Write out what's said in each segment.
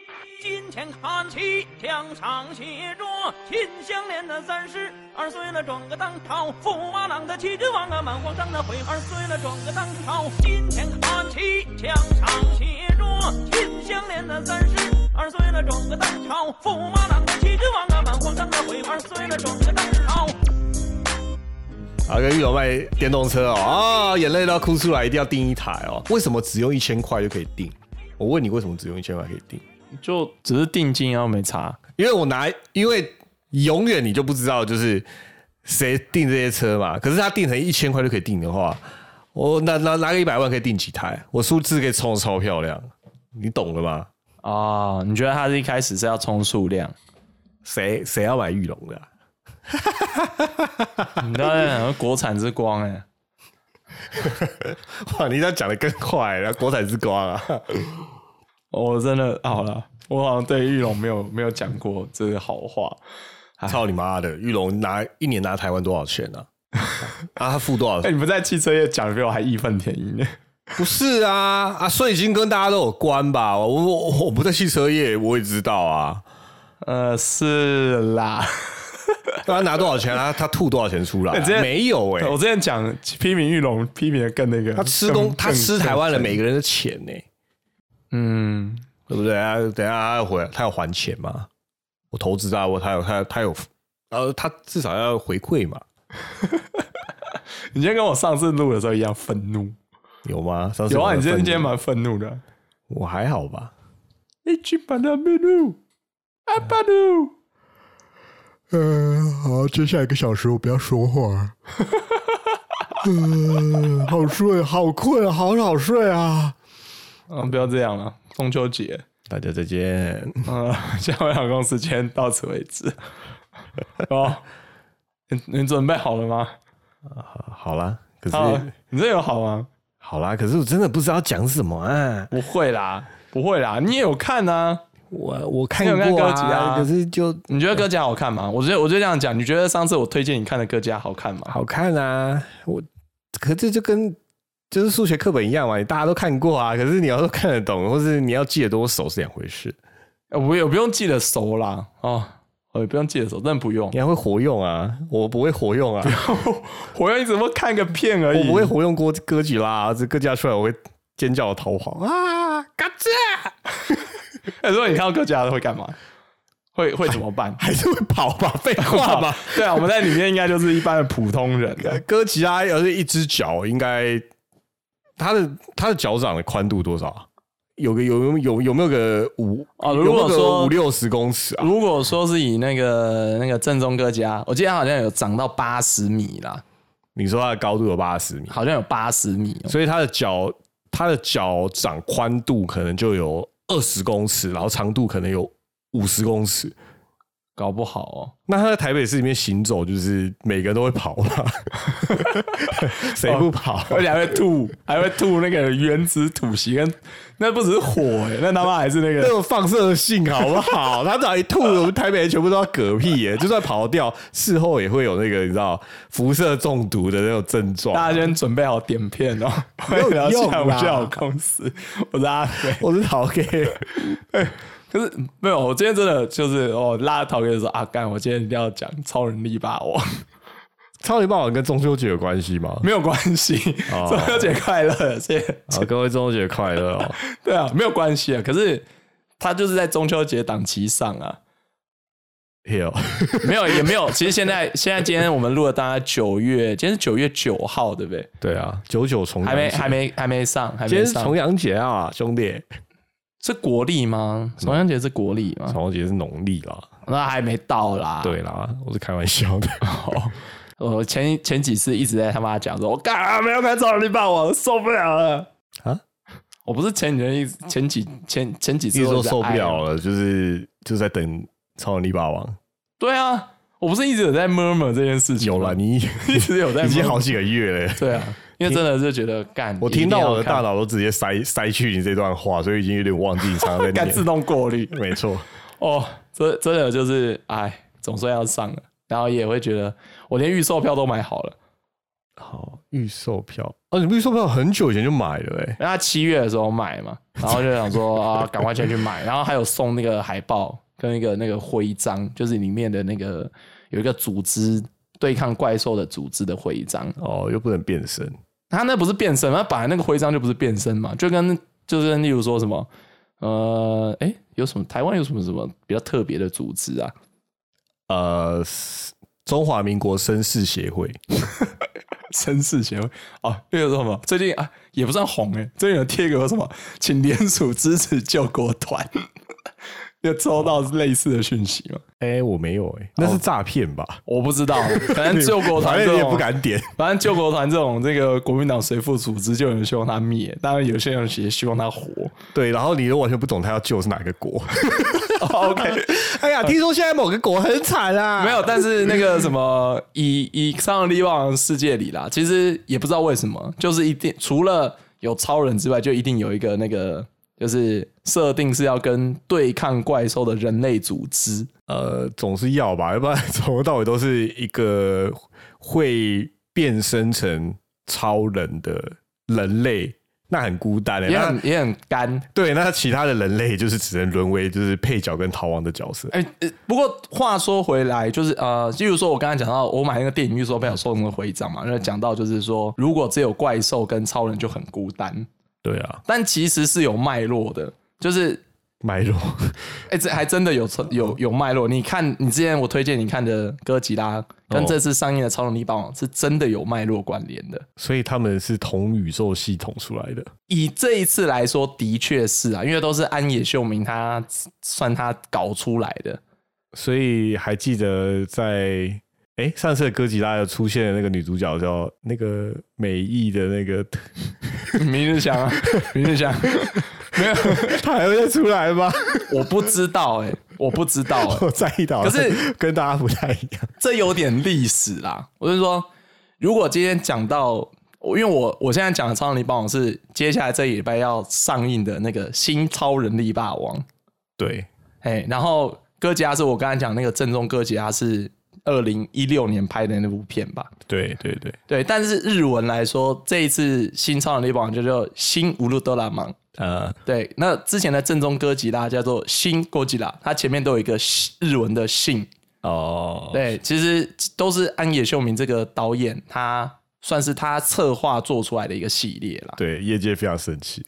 门前看齐，墙上写着“秦香莲”的三十二岁了，转个当朝；驸马郎的齐君王啊，满皇上的悔二岁了，转个当朝。金钱看齐，墙上写着“秦香莲”的三十二岁了，转个当朝；驸马郎的齐君王啊，满皇上的悔二岁了，转个当朝。啊，跟玉龙卖电动车哦，啊，眼泪都要哭出来，一定要订一台哦。为什么只用一千块就可以订？我问你，为什么只用一千块可以订？就只是定金，然后没查。因为我拿，因为永远你就不知道就是谁订这些车嘛。可是他订成一千块就可以订的话，我拿拿拿个一百万可以订几台？我数字可以冲得超漂亮，你懂了吗？哦，你觉得他是一开始是要冲数量？谁谁要买玉龙的啊、你知道在讲国产之光哎、哇，你这样讲的更快，然后国产之光啊！我哦真的好了，我好像对玉龙没有没有讲过这个好话。操你妈的，玉龙拿一年拿台湾多少钱呢、啊？啊，他付多少哎、你们在汽车业讲的比我还义愤填膺呢。不是啊，啊，税金跟大家都有关吧？我我我不在汽车业，我也知道啊。呃，是啦，他拿多少钱啊？他吐多少钱出来、 哎之前没有哎、我之前讲批评玉龙，批评的更那个，他吃东，更他吃台湾的每个人的钱呢、嗯，对不对啊？等一下他要回，他要还钱嘛？我投资啊，我他有他他有，呃，他至少要回馈嘛？你今天跟我上次录的时候一样愤怒，有吗？上次有我啊，的你今天愤今天怒蛮愤怒的，我还好吧？一起把那边路，阿巴路，嗯，好，接下来一个小时我不要说话。嗯，好睡，好困，好好睡啊！嗯，不要这样了，中秋节，大家再见。嗯， 下回老公时间到此为止。 哦，你你准备好了吗？好啦，可是好，啊你这有好吗？好啦，可是我真的不知道讲什么啊。不会啦，不会啦，你也有看啊？我我看你有看过歌集啊可是就你觉得歌家好看吗？我觉得我就这样讲，你觉得上次我推荐你看的歌家好看吗？好看啊。我可这就跟就是数学课本一样嘛，你大家都看过啊。可是你要都看得懂，或是你要记得多熟是两回事。呃我也不用记得熟啦，哦，我也不用记得熟，真的不用你。还会活用啊，我不会活用啊，我要你怎么看个片而已？我不会活用歌歌剧啦。这歌加出来，我会尖叫逃跑啊！嘎吱，哎。如果你看到歌家会干嘛？会会怎么 办？还是会跑吧？废话 吧。对啊，我们在里面应该就是一般的普通 人了。哥吉拉要是一只脚，应该它的它的脚掌的宽度多少啊？有个有有有有没有个五哦有如没有果说个五六十公尺啊？如果说是以那个那个正宗歌家，我记得他好像有长到八十米啦，你说它的高度有八十米，好像有八十米、哦。所以它的脚它的脚掌宽度可能就有二十公尺，然后长度可能有五十公尺。搞不好哦，那他在台北市里面行走，就是每个人都会跑嘛， 谁不跑？而且还会吐，还会吐那个原子吐息，跟那不只是火、欸，那他妈还是那那 个种放射性好不好？他只要一吐，我们台北人全部都要嗝屁耶！就算跑掉，事后也会有那个你知道辐射中毒的那种症大状。啊家先准备好点片哦、 没有欢迎来到用下午啦下午公司，我是阿飞。我是陶 K，可是没有，我今天真的就是哦，拉陶哥说啊，干，我今天一定要讲超能力霸王，超级霸王跟中秋节有关系吗？没有关系，哦 中秋节快乐，谢谢。好，各位中秋节快乐哦！ 对啊，没有关系啊。可是他就是在中秋节档期上啊，嘿 哦没有也没有。其实现在现在今天我们录了，大概九月，今天是九月九号，对不对？对啊，九九重阳还没节还，没还没上，还今没天是重上。阳节啊，兄弟，是国历吗？重阳节是国历吗？重阳节是农历啦，那还没到啦。，对啦，我是开玩 笑的。我前前几次一直在他妈讲说，我干啊，没有看超能力霸王，受不了了啊！ 我不是前几天一直前几前前几一次直都说在受不爱啊了了，就是就是在等超能力霸王。对啊，我不是一直有在 murmur 这件事情吗， 有了，你 一直有在 murmur，已经好几个月 了。对啊，因为真的是觉得干，我听到我的大脑脑都直接塞塞去你这段话，所以已经有点忘记你常常 在干自念。动过滤没错，哦，真真的就是哎，总算要上了，然后也会觉得我连预售票都买好了，好预售票哦，你们预售票很久以前就买了哎、因为他七月的时候买嘛，然后就想说啊，赶快先去买，然后还有送那个海报跟一个那个徽章，就是里面的那个有一个组织对抗怪兽的组织的徽章。哦，又不能变身，他那不是变身，他本来那个徽章就不是变身嘛，就跟就是例如说什么呃，哎、有什么台湾有什么什么比较特别的组织啊？呃，中华民国绅士协会，绅士协会哦，那个什么，最近啊也不算红哎，最近有贴给我什么，请联署支持救国团， 有收到类似的讯息吗？哎、我没有哎、那是诈骗吧？我不 知道，反正救国团反正这种你也不敢点，反正救国团这种这个国民党随附组织，就有人希望他灭，当然有些人也希望他活。对，然后你又完全不懂他要救的是哪个国。哦 OK， 哎呀，听说现在某个国很惨啊， 没有，但是那个什么，以以上力旺的世界里啦，其实也不知道为什么，就是一定除了有超人之外，就一定有一个那个，就是设定是要跟对抗怪兽的人类组织。呃，总是要吧，要不然从头到尾都是一个会变身成超人的人类，那很孤单的、也那很也很干，对，那其他的人类就是只能沦为就是配角跟逃亡的角色。哎、呃不过话说回来，就是呃，例如说我刚才讲到，我买那个电影预售票有送的徽章嘛，那讲到就是说，如果只有怪兽跟超人就很孤单，对啊，但其实是有脉络的，就是麦肉哎、这还真的有存有有脉络。你看，你之前我推荐你看的《哥吉拉》跟这次上映的《超能力霸王》是真的有脉络关联的。 所以他们是同宇宙系统出来的。以这一次来说，的确是啊，因为都是安野秀明他算他搞出来的。所以还记得在哎上次的哥吉拉有出现的那个女主角叫那个美裔的那 个， 明日 香啊，明日香，没有，她还会再出来吗？我不知道哎、我不知道、欸，我在意到，可是跟大家不太一样。这有点历史啦。我是说，如果今天讲到，我因为我我现在讲的《超能力霸王》是接下来这礼拜要上映的那个新《超人力霸王》，对，哎，然后哥吉拉是我刚才讲那个正宗哥吉拉是二零一六年拍的那部片吧？对对对对，但是日文来说，这一次新《超能力霸王》就叫新乌鲁德拉芒。呃，对，那之前的正宗哥吉拉叫做新哥吉拉，它前面都有一个日文的姓。哦，对，其实都是安野秀明这个导演，他算是他策划做出来的一个系列啦。对，业界非常生气，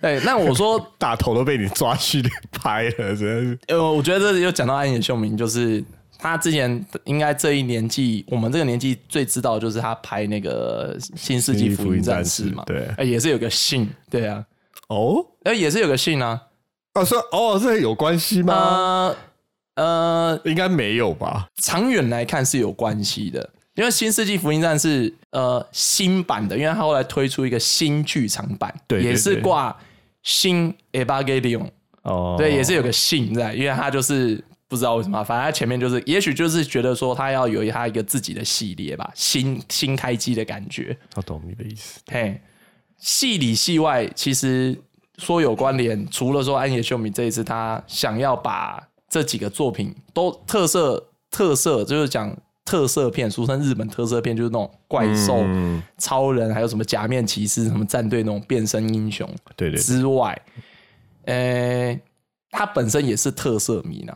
对，那我说，大头都被你抓去拍了，真的是。呃，我觉得这又讲到安野秀明，就是他之前应该这一年纪，我们这个年纪最知道的就是他拍那个《新世纪福音战士》嘛，新世纪福音战士对呃也是有个姓，对啊，哦，呃，也是有个姓啊，哦，说哦，这有关系吗？呃呃，应该没有吧？长远来看是有关系的，因为《新世纪福音战士》呃新版的，因为它后来推出一个新剧场版，对对对也是挂新 Evangelion，、哦，对，也是有个姓在，因为它就是不知道为什么，反正它前面就是，也许就是觉得说它要有它一个自己的系列吧，新新开机的感觉，我懂你的意思。嘿，戏里戏外，其实说有关联，除了说安野秀明这一次他想要把这几个作品都特色特色，就是讲特色片，俗称日本特色片，就是那种怪兽、嗯超人，还有什么假面骑士、什么战队那种变身英雄对对，对之外，呃，他本身也是特色迷呢。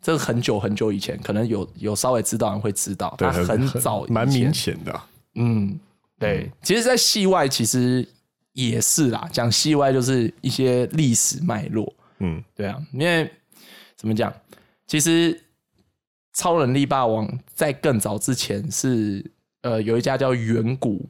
这个很久很久以前，可能有有稍微知道人会知道，对他很早以前蛮明显的啊。嗯，对，其实，在戏外其实也是啦，讲戏外就是一些历史脉络，嗯，对啊，因为怎么讲，其实《超能力霸王》在更早之前是呃有一家叫远古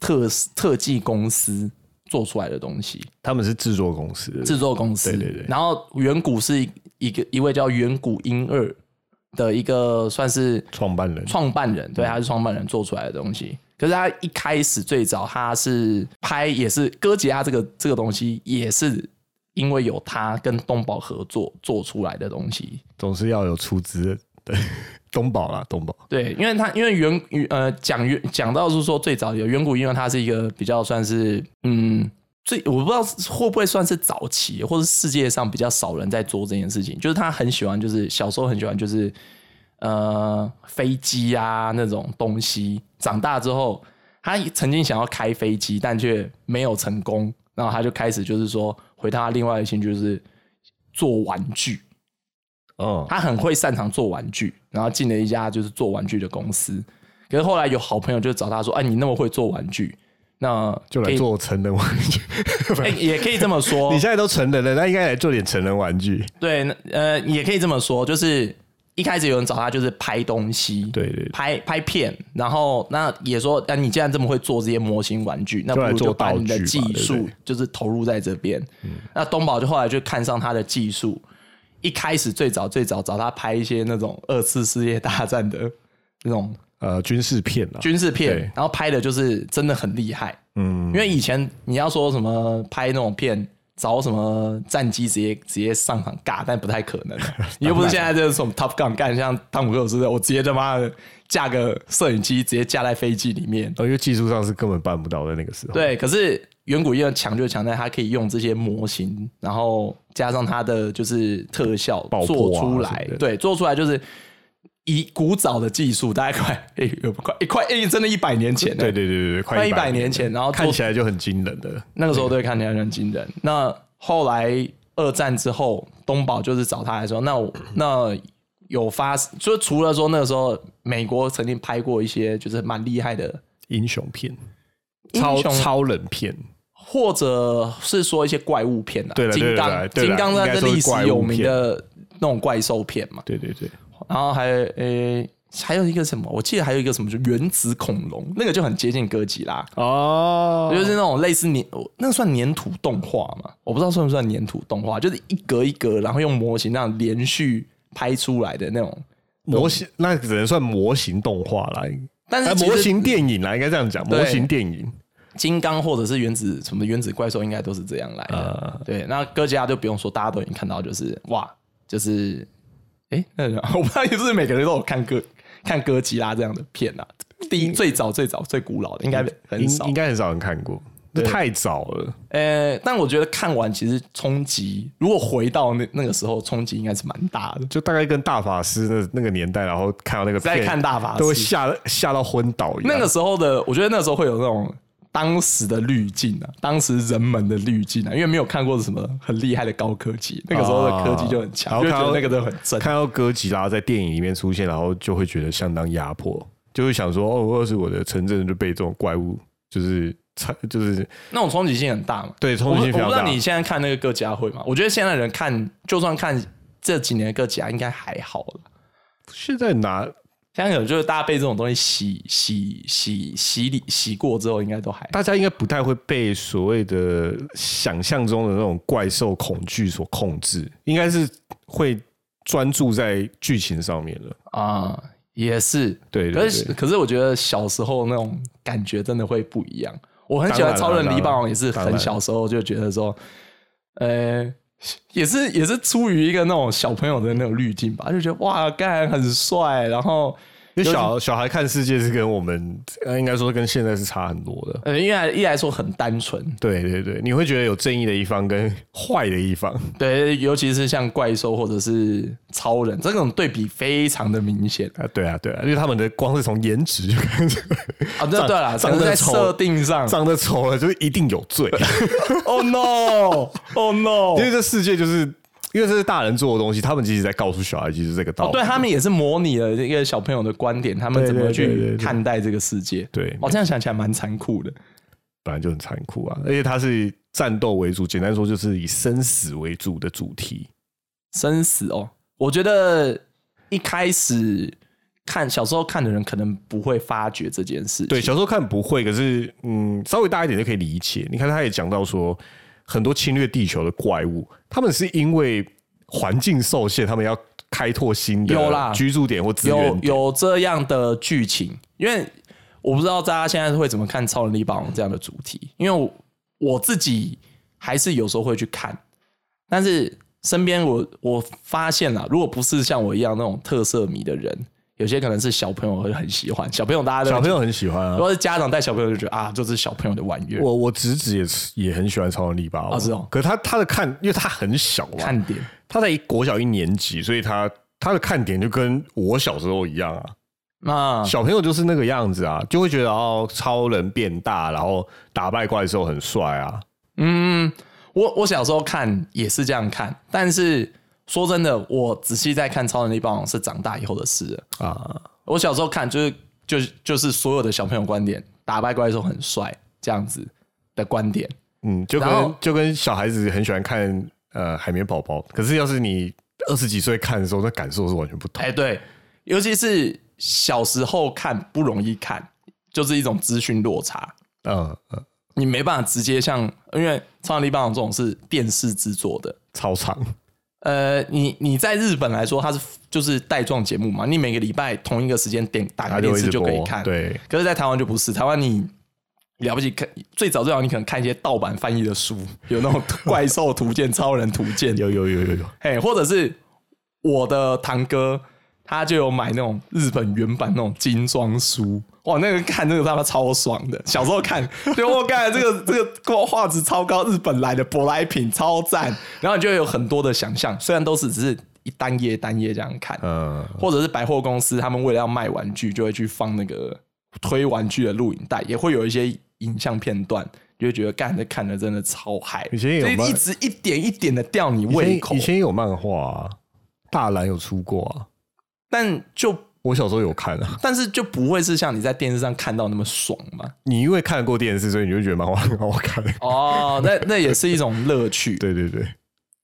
特特技公司做出来的东西，他们是制作公司，制作公司，对对对然后远古是一个一位叫远古婴儿的一个算是创办人嗯创办人，对，他是创办人做出来的东西。可是他一开始最早他是拍也是哥吉拉这个这个东西也是因为有他跟东宝合作做出来的东西。总是要有出资的。 对，东宝啦，东宝。对，因为他因为远呃讲远讲到是说最早有远古因为它是一个比较算是嗯最我不知道会不会算是早期，或是世界上比较少人在做这件事情，就是他很喜欢就是小时候很喜欢就是呃飞机啊那种东西，长大之后他曾经想要开飞机，但却没有成功，然后他就开始就是说，回到他另外的兴趣就是做玩具，哦，他很会擅长做玩具，然后进了一家就是做玩具的公司。可是后来有好朋友就找他说：“哎，你那么会做玩具，那就可来以、做成人玩具。 哎也可以这么说。你现在都成人了，那应该来做点成人玩具。对，那呃，也可以这么说，就是一开始有人找他就是拍东西，对对对拍拍片，然后那也说，那、你既然这么会做这些模型玩具，那不就来如做就把你道的具技吧对术不对嗯就是投入在这边。那东宝就后来就看上他的技术，一开始最早最早找他拍一些那种二次世界大战的那种呃，军事片啊，军事片对，然后拍的就是真的很厉害。嗯，因为以前你要说什么拍那种片，找什么战机直接直接上场尬，但不太可 能。你又不是现在就是什么 Top Gun 干，像汤姆克鲁斯，我直接他妈的架个摄影机，直接架在飞机里面。哦因为技术上是根本办不到的那个时候。，对，可是远古一的强就强在它可以用这些模型，然后加上它的就是特效爆做破啊出什来么，的对，做出来就是以古早的技术，大概快哎、有快哎快哎、真的一百年前了，对对对对对，快快一百年了前，然后做看起来就很惊人的。那个时候对看起来很惊人。那后来二战之后，东宝就是找他来说，那我那有发，就除了说那个时候美国曾经拍过一些就是蛮厉害的英雄片、英超雄超人片，或者是说一些怪物片啊，对了金对了刚，对了金刚应在该这说是历史怪物有名片的那种怪兽片嘛，对对对，然后还有呃还有一个什么，我记得还有一个什么，就原子恐龙，那个就很接近哥吉拉，哦就是那种类似粘，那算粘土动画嘛？我不知道算不算粘土动画，就是一格一格，然后用模型那样连续拍出来的那种。模型，那只能算模型动画啦，但是哎其实模型电影啦，应该这样讲，对模型电影。金刚或者是原子什么原子怪兽，应该都是这样来的。呃对，那哥吉拉就不用说，大家都已经看到，就是哇，就是哎、那个 我不知道是不是每个人都有看哥看哥吉拉这样的片啊。第一最早最早最古老的应该很应少应，该很少人看过，那太早了。呃，但我觉得看完其实冲击，如果回到那那个时候，冲击应该是蛮大的。就大概跟大法师的那个年代，然后看到那个在片看大法师都会吓吓到昏倒一样。那个时候的，我觉得那时候会有那种当时的滤镜啊，当时人们的滤镜啊，因为没有看过什么很厉害的高科技，那个时候的科技就很强，啊就然觉后得那看到个都很真。看到哥吉拉在电影里面出现，然后就会觉得相当压迫，就会想说：哦，要是我的城镇就被这种怪物，就是就是那种冲击性很大嘛。对冲击性非我常不我不知大道。你现在看那个各家会嘛？我觉得现在人看，就算看这几年的各家，应该还好了。现在拿现在可能就是大家被这种东西洗洗洗洗礼洗过之后，应该都还大家应该不太会被所谓的想象中的那种怪兽恐惧所控制，应该是会专注在剧情上面了。啊、也是。对可对是对，可是我觉得小时候那种感觉真的会不一样。我很喜当然欢啦超人当然李霸王，也是当很然小时候就觉得说，呃，也是也是出于一个那种小朋友的那种滤镜吧，就觉得哇，干很帅，然后。因为小小孩看世界是跟我们呃应该说跟现在是差很多的。呃，因为一来说很单纯，对对对，你会觉得有正义的一方跟坏的一方， 对，尤其是像怪兽或者是超人这种对比非常的明显啊，对啊，对啊，因为他们的光是从颜值就看出来，啊。对对了，可长能得在丑设定上长哦得丑了就一定有罪， ，Oh 哦 no，Oh no，因为这世界就是因为这是大人做的东西，他们其实在告诉小孩，其实这个道哦，理。对他们也是模拟了一个小朋友的观点，他们对怎么对对去对对看待这个世界。对哦，这样想起来蛮残酷的。本来就很残酷啊，而且它是战斗为主，简单说就是以生死为主的主题。生死哦，我觉得一开始看小时候看的人可能不会发觉这件事情。对，小时候看不会，可是嗯，稍微大一点就可以理解。你看，他也讲到说，很多侵略地球的怪物，他们是因为环境受限，他们要开拓新有啦的居住点或资源有点有这样的剧情，因为我不知道大家现在会怎么看《超能力霸王》这样的主题，因为我我自己还是有时候会去看，但是身边我我发现了，如果不是像我一样那种特色迷的人，有些可能是小朋友会很喜欢，小朋友大嗯家都小朋友，很喜欢啊如。果是家长带小朋友就觉得啊，这是小朋友的玩意儿，我我侄子也是也很喜欢超能力霸王，哦是哦可是他他的看，因为他很小嘛，看点他在国小一年级，所以他他的看点就跟我小时候一样啊。那小朋友就是那个样子啊，就会觉得哦，超人变大，然后打败怪兽很帅啊。嗯，我我小时候看也是这样看，但是说真的，我仔细在看《超能力霸王》是长大以后的事了啊，我小时候看就是就是就是所有的小朋友观点，打败怪兽很帅这样子的观点。嗯，就然后跟就跟小孩子很喜欢看呃海绵宝宝，可是要是你二十几岁看的时候，那感受是完全不同哎、。对，尤其是小时候看不容易看，就是一种资讯落差，嗯嗯，你没办法直接像，因为《超能力霸王》这种是电视制作的，超长，呃，你你在日本来说，它是就是带状节目嘛，你每个礼拜同一啊个时间点打他开就电会一视直就可以播看，。对，可是，在台湾就不是，台湾你了不起看最早最早你可能看一些盗版翻译的书，有那种怪兽图鉴、超人图鉴，有有有有有，嘿，或者是我的堂哥，他就有买那种日本原版那种精装书，哇，那个看那个他妈超爽的。小时候看， 就我看这个这个画质超高，日本来的舶来品超赞，然后你就有很多的想象，虽然都是只是一单页单页这样看，嗯，或者是百货公司，他们为了要卖玩具，就会去放那个推玩具的录影带，也会有一些影像片段，你就会觉得干这看的真的超嗨，以前也有就是卖一直一点一点的吊你胃以口前以，前也有漫画、啊，大蓝有出过啊，但就我小时候有看啊。但是就不会是像你在电视上看到那么爽嘛。你因为看过电视，所以你就觉得漫画很好 看。哦，那那也是一种乐趣。 对对对，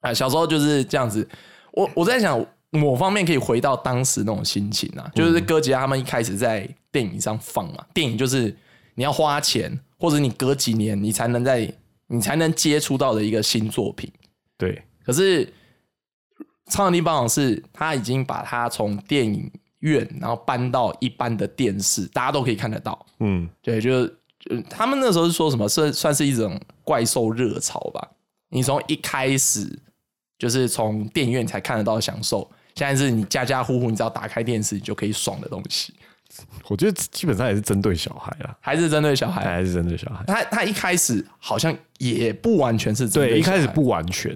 啊，小时候就是这样子。我我在想，某方面可以回到当时那种心情啊，就是哥吉拉他们一开始在电影上放嘛，电影就是你要花钱，或者你隔几年你才能在你才能接触到的一个新作品。对，可是《超能力霸王》是他已经把它从电影院，然后搬到一般的电视，大家都可以看得到。嗯，对，就是就他们那时候是说什么，算算是一种怪兽热潮吧。你从一开始就是从电影院才看得到的享受，现在是你家家户户你只要打开电视你就可以爽的东西，我觉得基本上也是针对小孩啦，还是针对小孩。还是针对小孩。他他一开始好像也不完全是针对，一小孩开始，不完全，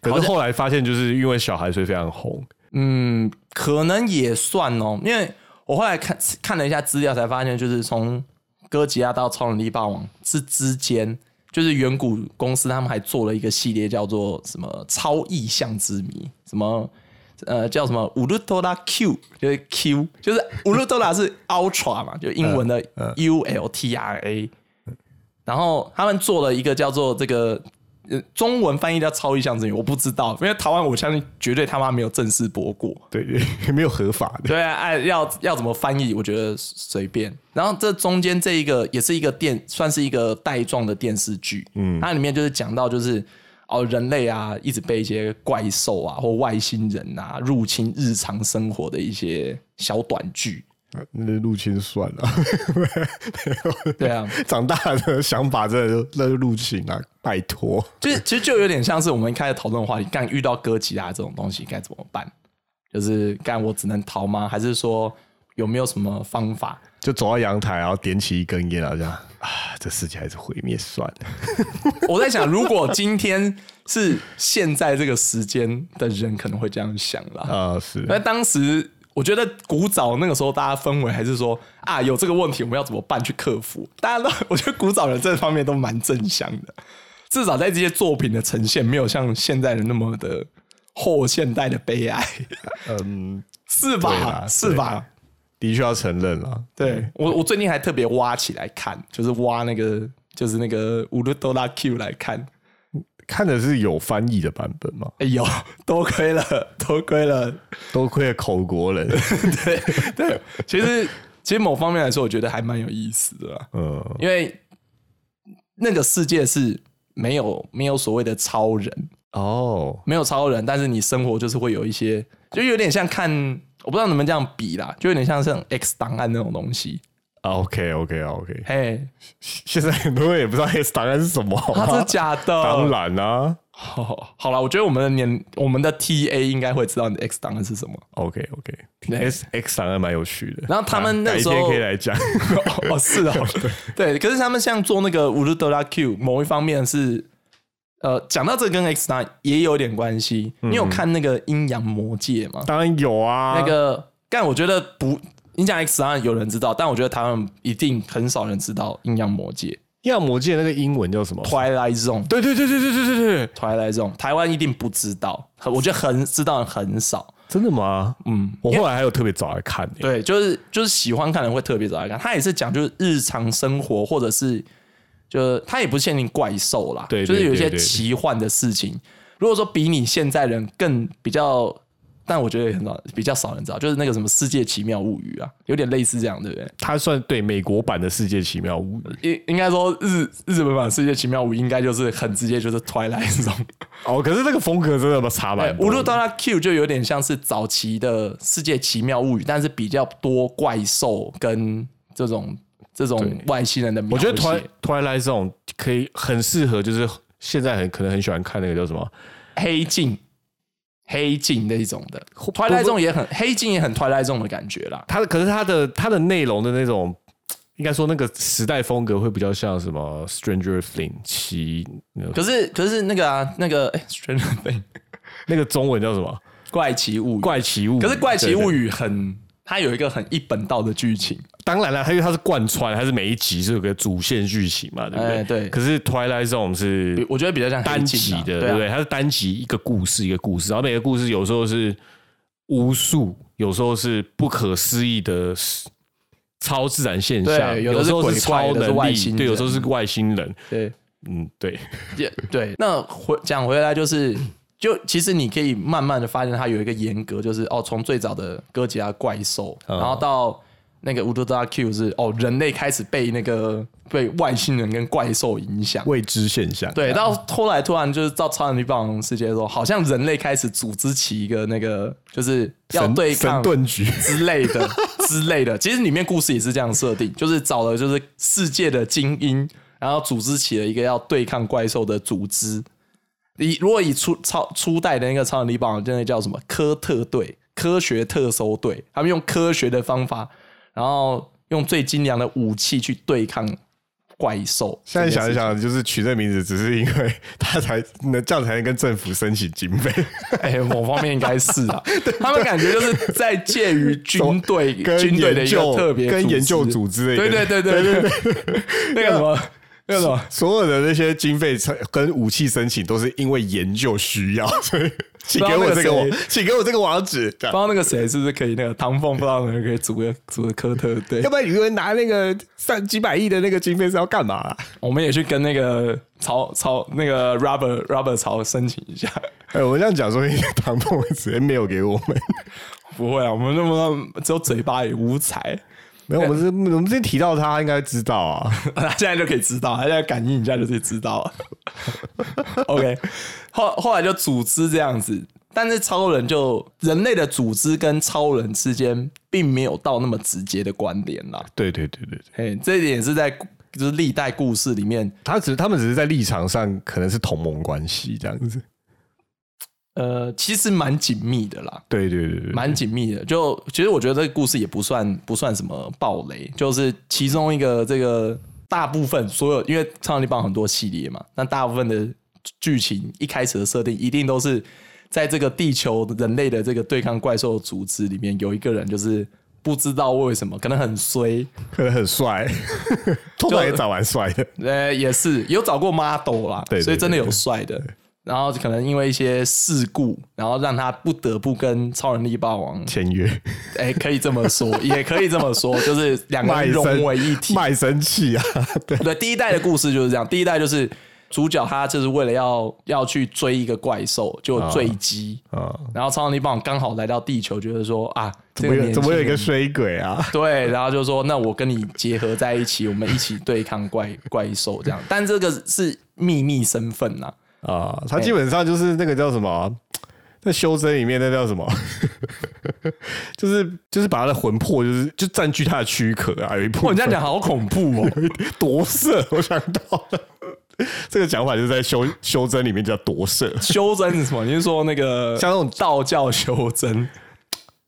可好是像后来发现，就是因为小孩所以非常红。嗯，可能也算哦，因为我后来看看了一下资料，才发现就是从哥吉拉到超能力霸王之之间，就是远古公司他们还做了一个系列叫做什么超意象之谜，什么呃叫什么乌鲁多拉 Q，就是 Q，就是乌鲁多拉是 Ultra 嘛，就英文的 U L T R A，然后他们做了一个叫做这个。呃，中文翻译叫超意象之谜，我不知道，因为台湾我相信绝对他妈没有正式播过。对 对，没有合法的。对啊，哎，要要怎么翻译？我觉得随便。然后这中间这一个也是一个电，算是一个带状的电视剧。嗯，它里面就是讲到就是哦，人类啊，一直被一些怪兽啊或外星人啊入侵日常生活的一些小短剧。那入侵算了， 对啊，长大的想法真的就那就入侵啊，拜托。就是其实就有点像是我们一开始讨论的话题，干遇到哥吉拉这种东西该怎么办？就是干我只能逃吗？还是说有没有什么方法？就走到阳台，然后点起一根烟，然后这样啊，这世界还是毁灭算了。我在想，如果今天是现在这个时间的人，可能会这样想啦。啊、是那、当时我觉得古早那个时候，大家氛围还是说啊，有这个问题，我们要怎么办去克服？大家都，我觉得古早人这方面都蛮正向的，至少在这些作品的呈现，没有像现在人那么的后现代的悲哀，嗯，是对吧？啦是吧？的确要承认了。对我，我最近还特别挖起来看，就是挖那个，就是那个乌鲁多拉 Q 来看。看的是有翻译的版本嘛，哎 呦，多亏了，多亏了。多亏了口国人。 对对，其实其实某方面来说，我觉得还蛮有意思的啦，嗯，因为那个世界是没有没有所谓的超人，哦，没有超人，但是你生活就是会有一些，就有点像看，我不知道你们这样比啦，就有点像像 X 档案那种东西。啊，OK，OK，OK、o k OK OK，嘿，现在很多人也不知道 X 档案是什么、它啊，是假的，当然啊好。 好了，我觉得我们的年，我们的 TA 应该会知道你的 X 档案是什么。 ，OK OK 对 S X 档案蛮有趣的。然后他们那改时候天可以来讲， 哦，是哦，对。可是他们像做那个乌鲁德拉 Q，某一方面是，呃，讲到这跟 X 档也有点关系。你有看那个《阴阳魔界》吗？当然有啊，那个，但我觉得不，你讲 X 档案有人知道，但我觉得台湾一定很少人知道《阴阳魔界要魔界那个英文叫什么？》 Twilight Zone。对对对对对对对对， Twilight Zone，台湾一定不知道，很我觉得很知道的很少。真的吗？嗯，我后来还有特别找来看、欸，对，就是就是喜欢看的人会特别找来看。他也是讲就是日常生活，或者是就是他也不限定怪兽啦，对就是有一对些对对奇幻的事情。如果说比你现在人更比较，但我觉得也很少，比较少人知道，就是那个什么《世界奇妙物语》啊，有点类似这样，对不对？它算对美国版的《世界奇妙物语》应应该说日日本版《世界奇妙物语》应该就是很直接，就是 Twilight Zone。哦，可是那个风格真的差对蛮，哎无多论的。到拉 Q 就有点像是早期的《世界奇妙物语》，但是比较多怪兽跟这种这种对外星人的描我觉写。得 Twi Twilight 这种可以很适合，就是现在很可能很喜欢看那个叫什么？黑镜，黑镜那一种的 Twilight 中也很黑镜也很 Twilight 中的感觉啦。它的可是它的它的内容的那种，应该说那个时代风格会比较像什么 Stranger Things 奇，那个可是可是那个啊那个哎，Stranger Things 那个中文叫什么？怪奇物语，怪奇物语。可是怪奇物语语很它有一个很一本道的剧情，当然了，它因为它是贯穿，它是每一集是有个主线剧情嘛，对不对？哎对可是 Twilight Zone 是我觉得比较像黑单集镜啊的，对对啊不对？它是单集一个故事一个故事，然后每个故事有时候是无数，有时候是不可思议的 s- 超自然现象，对有的是时候鬼是怪超有的是能外力，星对，有时候人是外星人，对。嗯，对，也 对，那回讲回来就是，就其实你可以慢慢的发现它有一个严格，就是哦，从最早的哥吉拉怪兽，嗯然后到那个乌多拉 Q 是哦，人类开始被那个被外星人跟怪兽影响。未知现象，对，到后来突然就是到超能力霸王世界的时候，好像人类开始组织起一个那个，就是要神对神抗盾局， 之类的之类的。其实里面故事也是这样设定，就是找了就是世界的精英，然后组织起了一个要对抗怪兽的组织。以如果以初超初代的那个超能力霸王，真的叫什么科特队、科学特搜队，他们用科学的方法，然后用最精良的武器去对抗怪兽。现在想一想，就是取这名字，只是因为他才能这样才能跟政府申请经费，哎，某方面应该是啊，他们感觉就是在介于军队、跟军队的研一个究特别跟研织究组织的一个，对对对对对对，那个什么，那个什么， 所有的那些经费跟武器申请都是因为研究需 要，所以请给我这个网不知道那个谁，请给我这个网址。不知道那个谁是不是可以那个唐凤，不知道能不能可以组个组个科特队要，不然你们拿那个三几百亿的那个经费是要干嘛、 啊？我们也去跟那个曹曹那个 Robert Robert 曹申请一下。哎、我这样讲说，唐凤直接没有给我们。不会啊，我们那么只有嘴巴也无才， 没有，我们是我们之前提到他，应该知道啊。 他现在就可以知道，他现在感应一下就可以知道了。OK，后后来就组织这样子，但是超人就人类的组织跟超人之间并没有到那么直接的关联啦。 对对对对对，哎，这一点也是在故就是历代故事里面，他只他们只是在立场上可能是同盟关系这样子。呃，其实蛮紧密的啦，对对对对，蛮紧密的。就其实我觉得这个故事也不算不算什么暴雷，就是其中一个这个大部分所有，因为超能力棒很多系列嘛，那大部分的剧情一开始的设定一定都是在这个地球人类的这个对抗怪兽组织里面，有一个人就是不知道为什么，可能很衰，可能很 帅，通常也长蛮帅的。呃，也是有找过 model 啦，对对所以真的有帅的。然后可能因为一些事故，然后让他不得不跟超能力霸王，签约哎、可以这么说， 也可以这么说，就是两个卖人身融为一体。卖身契啊，对。对，第一代的故事就是这样，第一代就是主角他就是为了要要去追一个怪兽，就坠机，啊然后超能力霸王刚好来到地球，觉得说啊，怎怎么有怎么有一个衰鬼啊？对，然后就说那我跟你结合在一起，我们一起对抗怪怪兽这样， 但这个是秘密身份呐、啊，他基本上就是那个叫什么啊，在修真里面那叫什么， 就是就是把他的魂魄就是就占据他的躯壳啊，有一部哇，分你这样讲好恐怖哦！ 夺舍，我想到了。 这个讲法就是在修修真里面叫夺舍， 修真是什么？你是说那个像那种道教修真？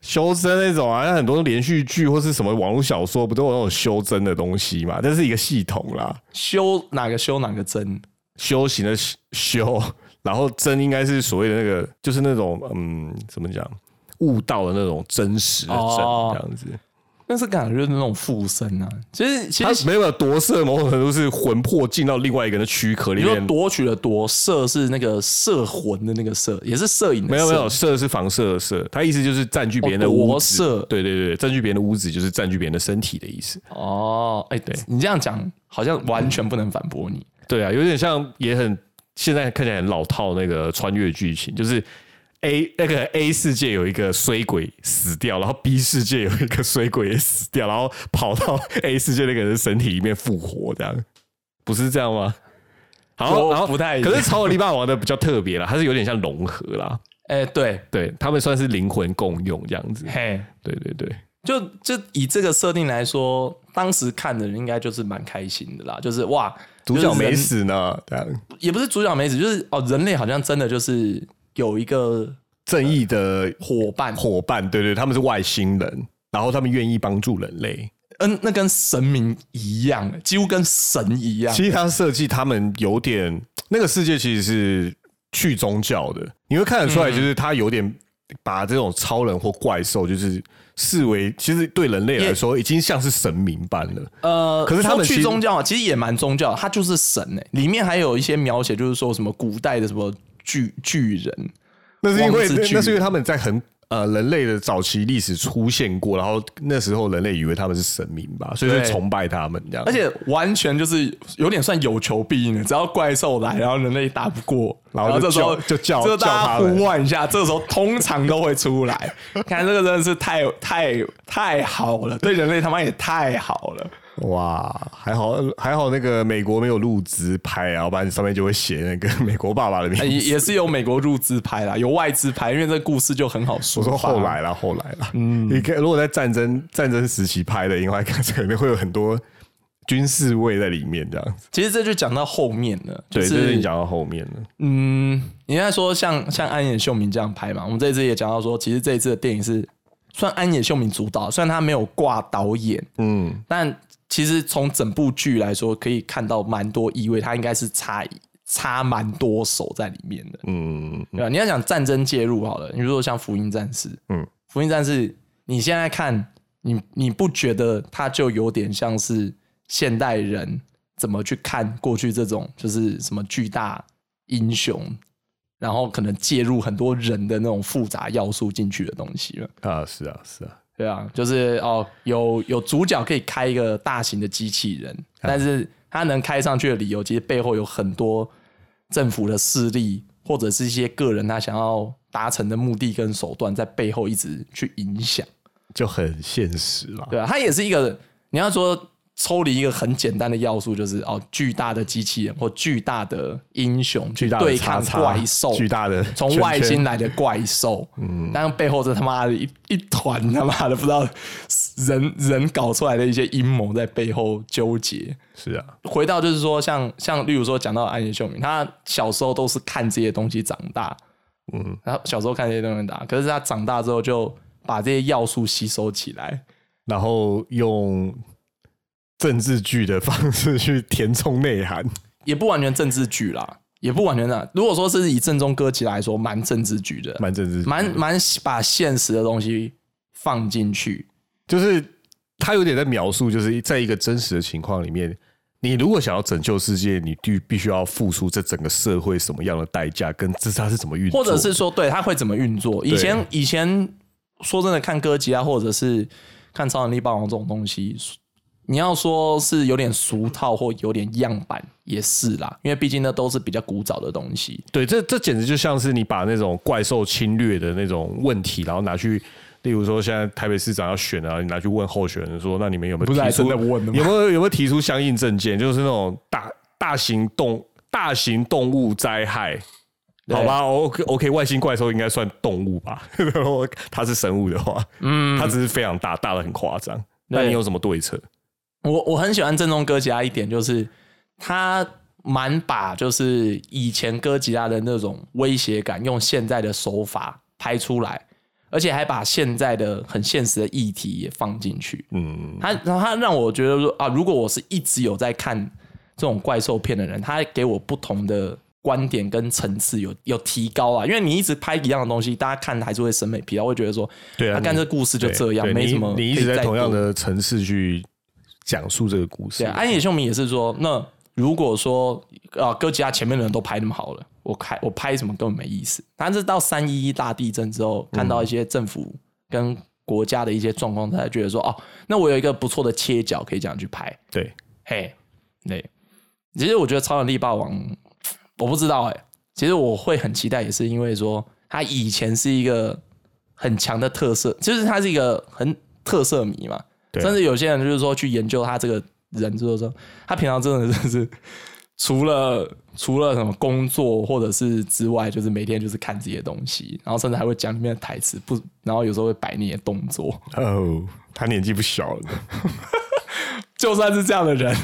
修真那种啊，像很多连续剧或是什么网络小说，不都有那种修真的东西嘛？这是一个系统啦，修哪个修哪个真？修行的修， 然后真应该是所谓的那个，就是那种嗯，怎么讲，悟道的那种真实的真、哦这样子。那是感觉就是那种附身啊。其实其他实没有夺舍，某种程度是魂魄进到另外一个人的躯壳你里说面。夺取了夺，摄是那个摄魂的那个摄，也是摄影的没有摄没有，舍是防射的射，他意思就是占据别人的哦屋夺子。舍对对对，占据别人的屋子就是占据别人的身体的意思。哦。哎、对你这样讲，好像完全不能反驳你。对啊，有点像，也很现在看起来很老套那个穿越剧情，就是 A 那个 A 世界有一个衰鬼死掉，然后 B 世界有一个衰鬼也死掉，然后跑到 A 世界那个人的身体里面复活，这样不是这样吗？好，我然后不太一样可是超力霸王的比较特别啦，它是有点像融合啦，哎、对，对他们算是灵魂共用这样子，嘿，对对对，就就以这个设定来说，当时看的人应该就是蛮开心的啦，就是哇，主角就是人没，死呢，这样也不是主角没死，就是哦，人类好像真的就是有一个正义的伙伴，伙伴，对对，他们是外星人，然后他们愿意帮助人类。嗯，那跟神明一样，几乎跟神一样，其实它设计他们有点那个世界其实是去宗教的，你会看得出来，就是他有点把这种超人或怪兽，就是视为其实对人类来说已经像是神明般了。呃，可是他们说其实去宗教啊，其实也蛮宗教，它就是神哎、里面还有一些描写，就是说什么古代的什么巨巨人，那是因为王之巨那是因为他们在很呃人类的早期历史出现过，然后那时候人类以为他们是神明吧，所以就对崇拜他们这样。而且完全就是有点算有求必应的，只要怪兽来，然后人类打不过，然后就这时候叫就叫就叫大他家们呼唤一下，这个时候通常都会出来。 看这个真的是太太太好了，对人类他妈也太好 了。哇，还好还好那个美国没有入资拍啊，不然上面就会写那个 美国爸爸的名哎也字。也是有美国入资拍啦，有外资拍，因为这故事就很好说我说吧。后来啦，后来啦，嗯，你看，如果在战争战争时期拍的，应该看这里面会有很多军事味在里面，这样子。其实这就讲到后面了，就对，这是是你讲到后面了。嗯，你在说像像安野秀明这样拍嘛？我们这一次也讲到说，其实这一次的电影是算安野秀明主导，虽然他没有挂导演，嗯，但其实从整部剧来说，可以看到蛮多意味，他应该是插插蛮多手在里面的。嗯，对吧？啊你要讲战争介入好了，你如果像《福音战士》，嗯嗯，《福音战士》，你现在看，你你不觉得它就有点像是现代人怎么去看过去这种就是什么巨大英雄，然后可能介入很多人的那种复杂要素进去的东西了？啊，是啊，是啊，对啊，就是哦，有有主角可以开一个大型的机器人，但是他能开上去的理由，其实背后有很多政府的势力，或者是一些个人他想要达成的目的跟手段，在背后一直去影响。就很现实啦。对啊，它也是一个你要说抽离一个很简单的要素，就是哦，巨大的机器人或巨大的英雄去巨大的对叉抗叉怪兽，巨大的圈从圈外星来的怪兽，嗯，但背后这他妈的一一团他妈的不知道人人搞出来的一些阴谋在背后纠结。是啊，回到就是说像，像例如说讲到安野秀明，他小时候都是看这些东西长大，嗯，然后小时候看这些东西长大，可是他长大之后就把这些要素吸收起来，然后用政治剧的方式去填充内涵。也不完全政治剧啦，也不完全啦。如果说是以正宗歌集来说，蛮政治剧的，蛮政治剧的蛮蛮把现实的东西放进去。就是他有点在描述，就是在一个真实的情况里面，你如果想要拯救世界，你必必须要付出这整个社会什么样的代价，跟这是它是怎么运作或的，者是说，对他会怎么运作？以前以前说真的，看歌集啊，或者是看超能力霸王这种东西，你要说是有点俗套或有点样板也是啦，因为毕竟那都是比较古早的东西。对，这这简直就像是你把那种怪兽侵略的那种问题，然后拿去。例如说，现在台北市长要选啊，你拿去问候选人说，那你们有没有不是提还出真的问的吗有没有有没有提出相应证件？就是那种大大型动大型动物灾害，对好吧，OK OK，外星怪兽应该算动物吧？ 然后它是生物的话，嗯，它只是非常大，大的很夸张。那对你有什么对策？我我很喜欢正宗哥吉拉一点，就是他蛮把就是以前哥吉拉的那种威胁感，用现在的手法拍出来，而且还把现在的很现实的议题也放进去。嗯，他然后他让我觉得说啊，如果我是一直有在看这种怪兽片的人，他给我不同的观点跟层次有有提高啊，因为你一直拍一样的东西，大家看还是会审美疲劳，会觉得说，对啊他干你这故事就对这样，对没你什么你一可以直在再同样多的层次去讲述这个故事。对啊，安野秀明也是说，那如果说啊，哥吉拉前面的人都拍那么好了，我开我拍什么根本没意思。但是到三一一大地震之后，看到一些政府跟国家的一些状况，他才觉得说，哦，那我有一个不错的切角可以这样去拍。对，嘿，对，其实我觉得《超能力霸王》，我不知道哎、其实我会很期待，也是因为说他以前是一个很强的特色，就是他是一个很特色迷嘛，对啊甚至有些人就是说去研究他这个人，就是说他平常真的就是。 除了除了什么工作或者是之外，就是每天就是看这些东西，然后甚至还会讲里面的台词，不，然后有时候会摆你的动作，哦，他年纪不小了，就算是这样的人，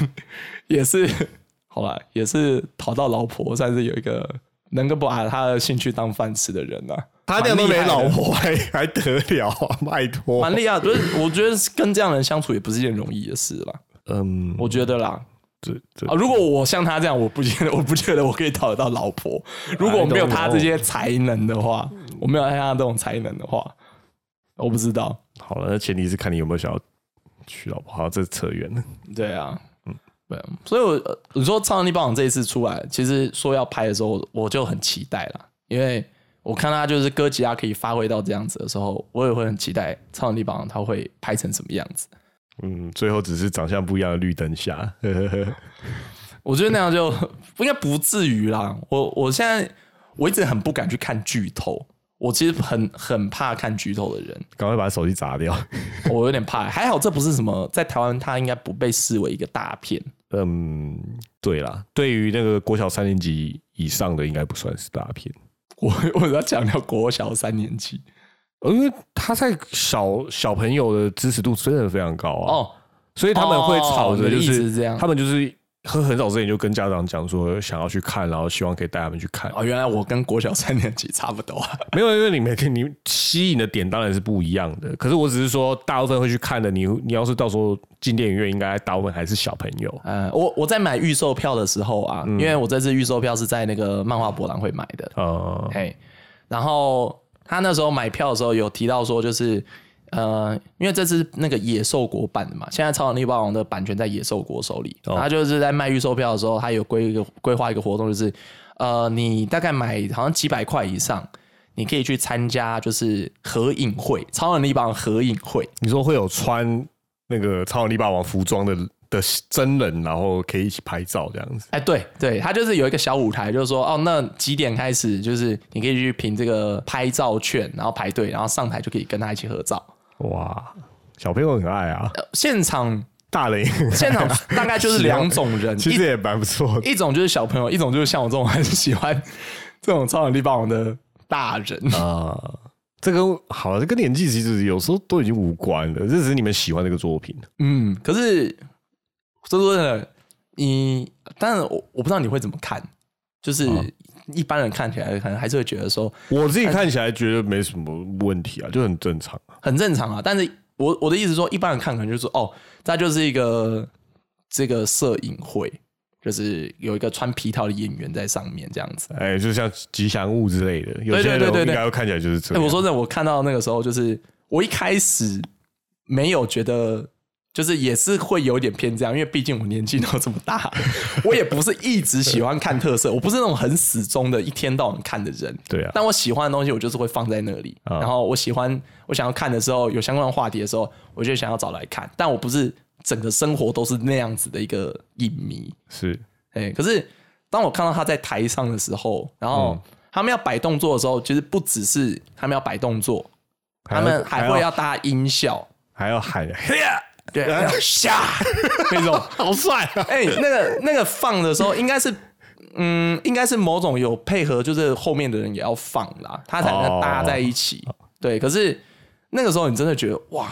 也是 好吧，也是讨到老婆，算是有一个能够把他的兴趣当饭吃的人啊呐、他那样都没蛮厉害的老婆，还还得了啊？拜托蛮，厉害的。就是我觉得跟这样的人相处也不是一件容易的事啦，嗯，我觉得啦。这这啊，如果我像他这样，我不觉得，我 不觉得我可以讨得到老婆。如果我哎没有他这些才能的话，我没有他这种才能的话，我不知道。好了，那前提是看你有没有想要娶老婆。好，这扯远了。对啊，对啊，所以我呃你说《超能力霸王》这一次出来，其实说要拍的时候，我就很期待啦，因为我看他就是哥吉拉可以发挥到这样子的时候，我也会很期待《超能力霸王》他会拍成什么样子。嗯，最后只是长相不一样的绿灯下， 呵呵呵我觉得那样就 应该不至于啦。我我现在我一直很不敢去看剧透，我其实很很怕看剧透的人，赶快把手机砸掉。我有点怕。还好这不是什么在台湾，它应该不被视为一个大片。嗯，对啦，对于那个国小三年级以上的，应该不算是大片，我我要强调国小三年级呃因为他在小小朋友的支持度真的非常高啊。哦。所以他们会吵哦着，你的就意思是、是这样他们就是很很早之前就跟家长讲说想要去看，然后希望可以带他们去看。哦，原来我跟国小三年级 差不多啊。没有，因为你每天你吸引的点当然是不一样的。可是我只是说，大部分会去看的，你你要是到时候进电影院，应该大部分还是小朋友。呃，我我在买预售票的时候啊，因为我这次预售票是在那个漫画博览会买的，呃，嘿，然后他那时候买票的时候有提到说，就是呃，因为这是那个野兽国版的嘛，现在《超能力霸王》的版权在野兽国手里，他就是在卖预售票的时候，他有规一个规划一个活动，就是呃，你大概买好像几百块以上。你可以去参加，就是合影会，《超能力霸王》合影会，你说会有穿那个超能力霸王服装的的真人，然后可以一起拍照这样子。哎，对对，他就是有一个小舞台，就是说，哦，那几点开始，就是你可以去凭这个拍照券，然后排队，然后上台就可以跟他一起合照。哇，小朋友很爱啊，呃现场大人也 很爱现场大概就是两种人，啊其实也蛮不错的。一一种就是小朋友，一种就是像我这种很喜欢这种超能力霸王的大人。 啊、这跟好了，这跟年纪其实有时候都已经无关了，这只是你们喜欢这个作品。嗯，可是说真的，你当然我我不知道你会怎么看，就是嗯一般人看起来可能还是会觉得说，我自己看起来觉得没什么问题啊，就很正常啊。很正常啊。但是我我的意思说，一般人看可能就是哦，它就是一个这个摄影会，就是有一个穿皮套的演员在上面这样子。哎、就像吉祥物之类的，有些对对人对应对该会看起来就是这哎、样。我说真的，我看到那个时候，就是我一开始没有觉得。就是也是会有点偏这样，因为毕竟我年纪都这么大了，我也不是一直喜欢看特色，我不是那种很死忠的，一天到晚看的人。对啊，但我喜欢的东西，我就是会放在那里。啊然后我喜欢，我想要看的时候，有相关的话题的时候，我就想要找来看。但我不是整个生活都是那样子的一个影迷，是哎、可是当我看到他在台上的时候，然后嗯他们要摆动作的时候，其实不只是他们要摆动作，还他要们还会还要要搭音效，还要喊，嘿对， 下那种。好帅啊！哎、那个那个放的时候，应该是，嗯，应该是某种有配合，就是后面的人也要放啦，他才能搭在一起。哦对，可是那个时候你真的觉得哇，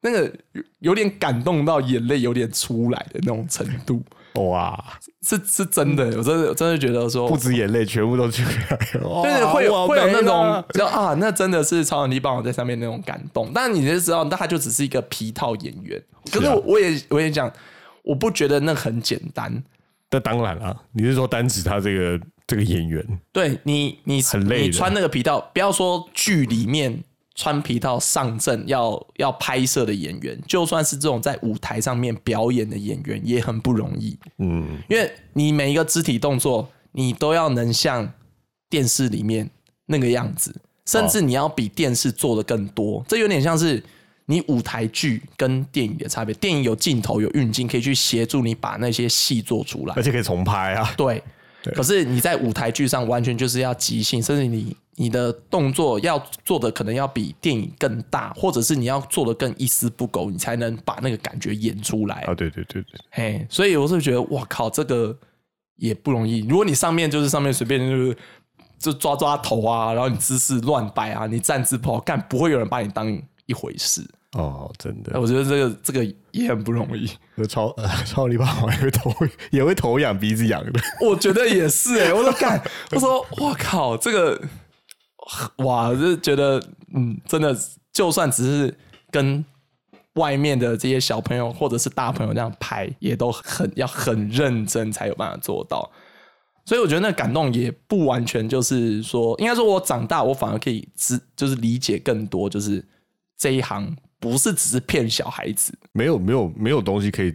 那个有有点感动到眼泪有点出来的那种程度，哇，是是真的，我真的我真的觉得说嗯不。止眼泪，全部都出来了。就是会有哇会有那没种了就啊，那真的是超能力霸王在上面那种感动。但你就知道，那他就只是一个皮套演员。可是是啊我我也我也讲，我不觉得那很简单。那当然啦、你是说单指他这个这个演员，对你，你很累的你穿那个皮套，不要说剧里面穿皮套上阵要要拍摄的演员，就算是这种在舞台上面表演的演员，也很不容易。嗯，因为你每一个肢体动作，你都要能像电视里面那个样子，甚至你要比电视做的更多。这有点像是你舞台剧跟电影的差别。电影有镜头，有运镜，可以去协助你把那些戏做出来而。且可以重拍啊，对，可是你在舞台剧上完全就是要即兴，甚至你你的动作要做的可能要比电影更大，或者是你要做的更一丝不苟，你才能把那个感觉演出来。啊，对对对对，嘿，所以我是觉得，哇靠，这个也不容易。如果你上面就是上面随便就是就抓抓头啊，然后你姿势乱摆啊，你站姿不好干，不会有人把你当一回事。哦，真的，我觉得这个这个也很不容易。我超 超你爸好像也会头 也会头痒鼻子痒的， 我觉得也是哎、我都干，我说我靠，这个哇，就觉得嗯，真的，就算只是跟外面的这些小朋友或者是大朋友这样拍，也都很要很认真才有办法做到。所以我觉得那感动也不完全就是说，应该说我长大，我反而可以知就是理解更多，就是这一行不是只是骗小孩子，没有没有没有东西可以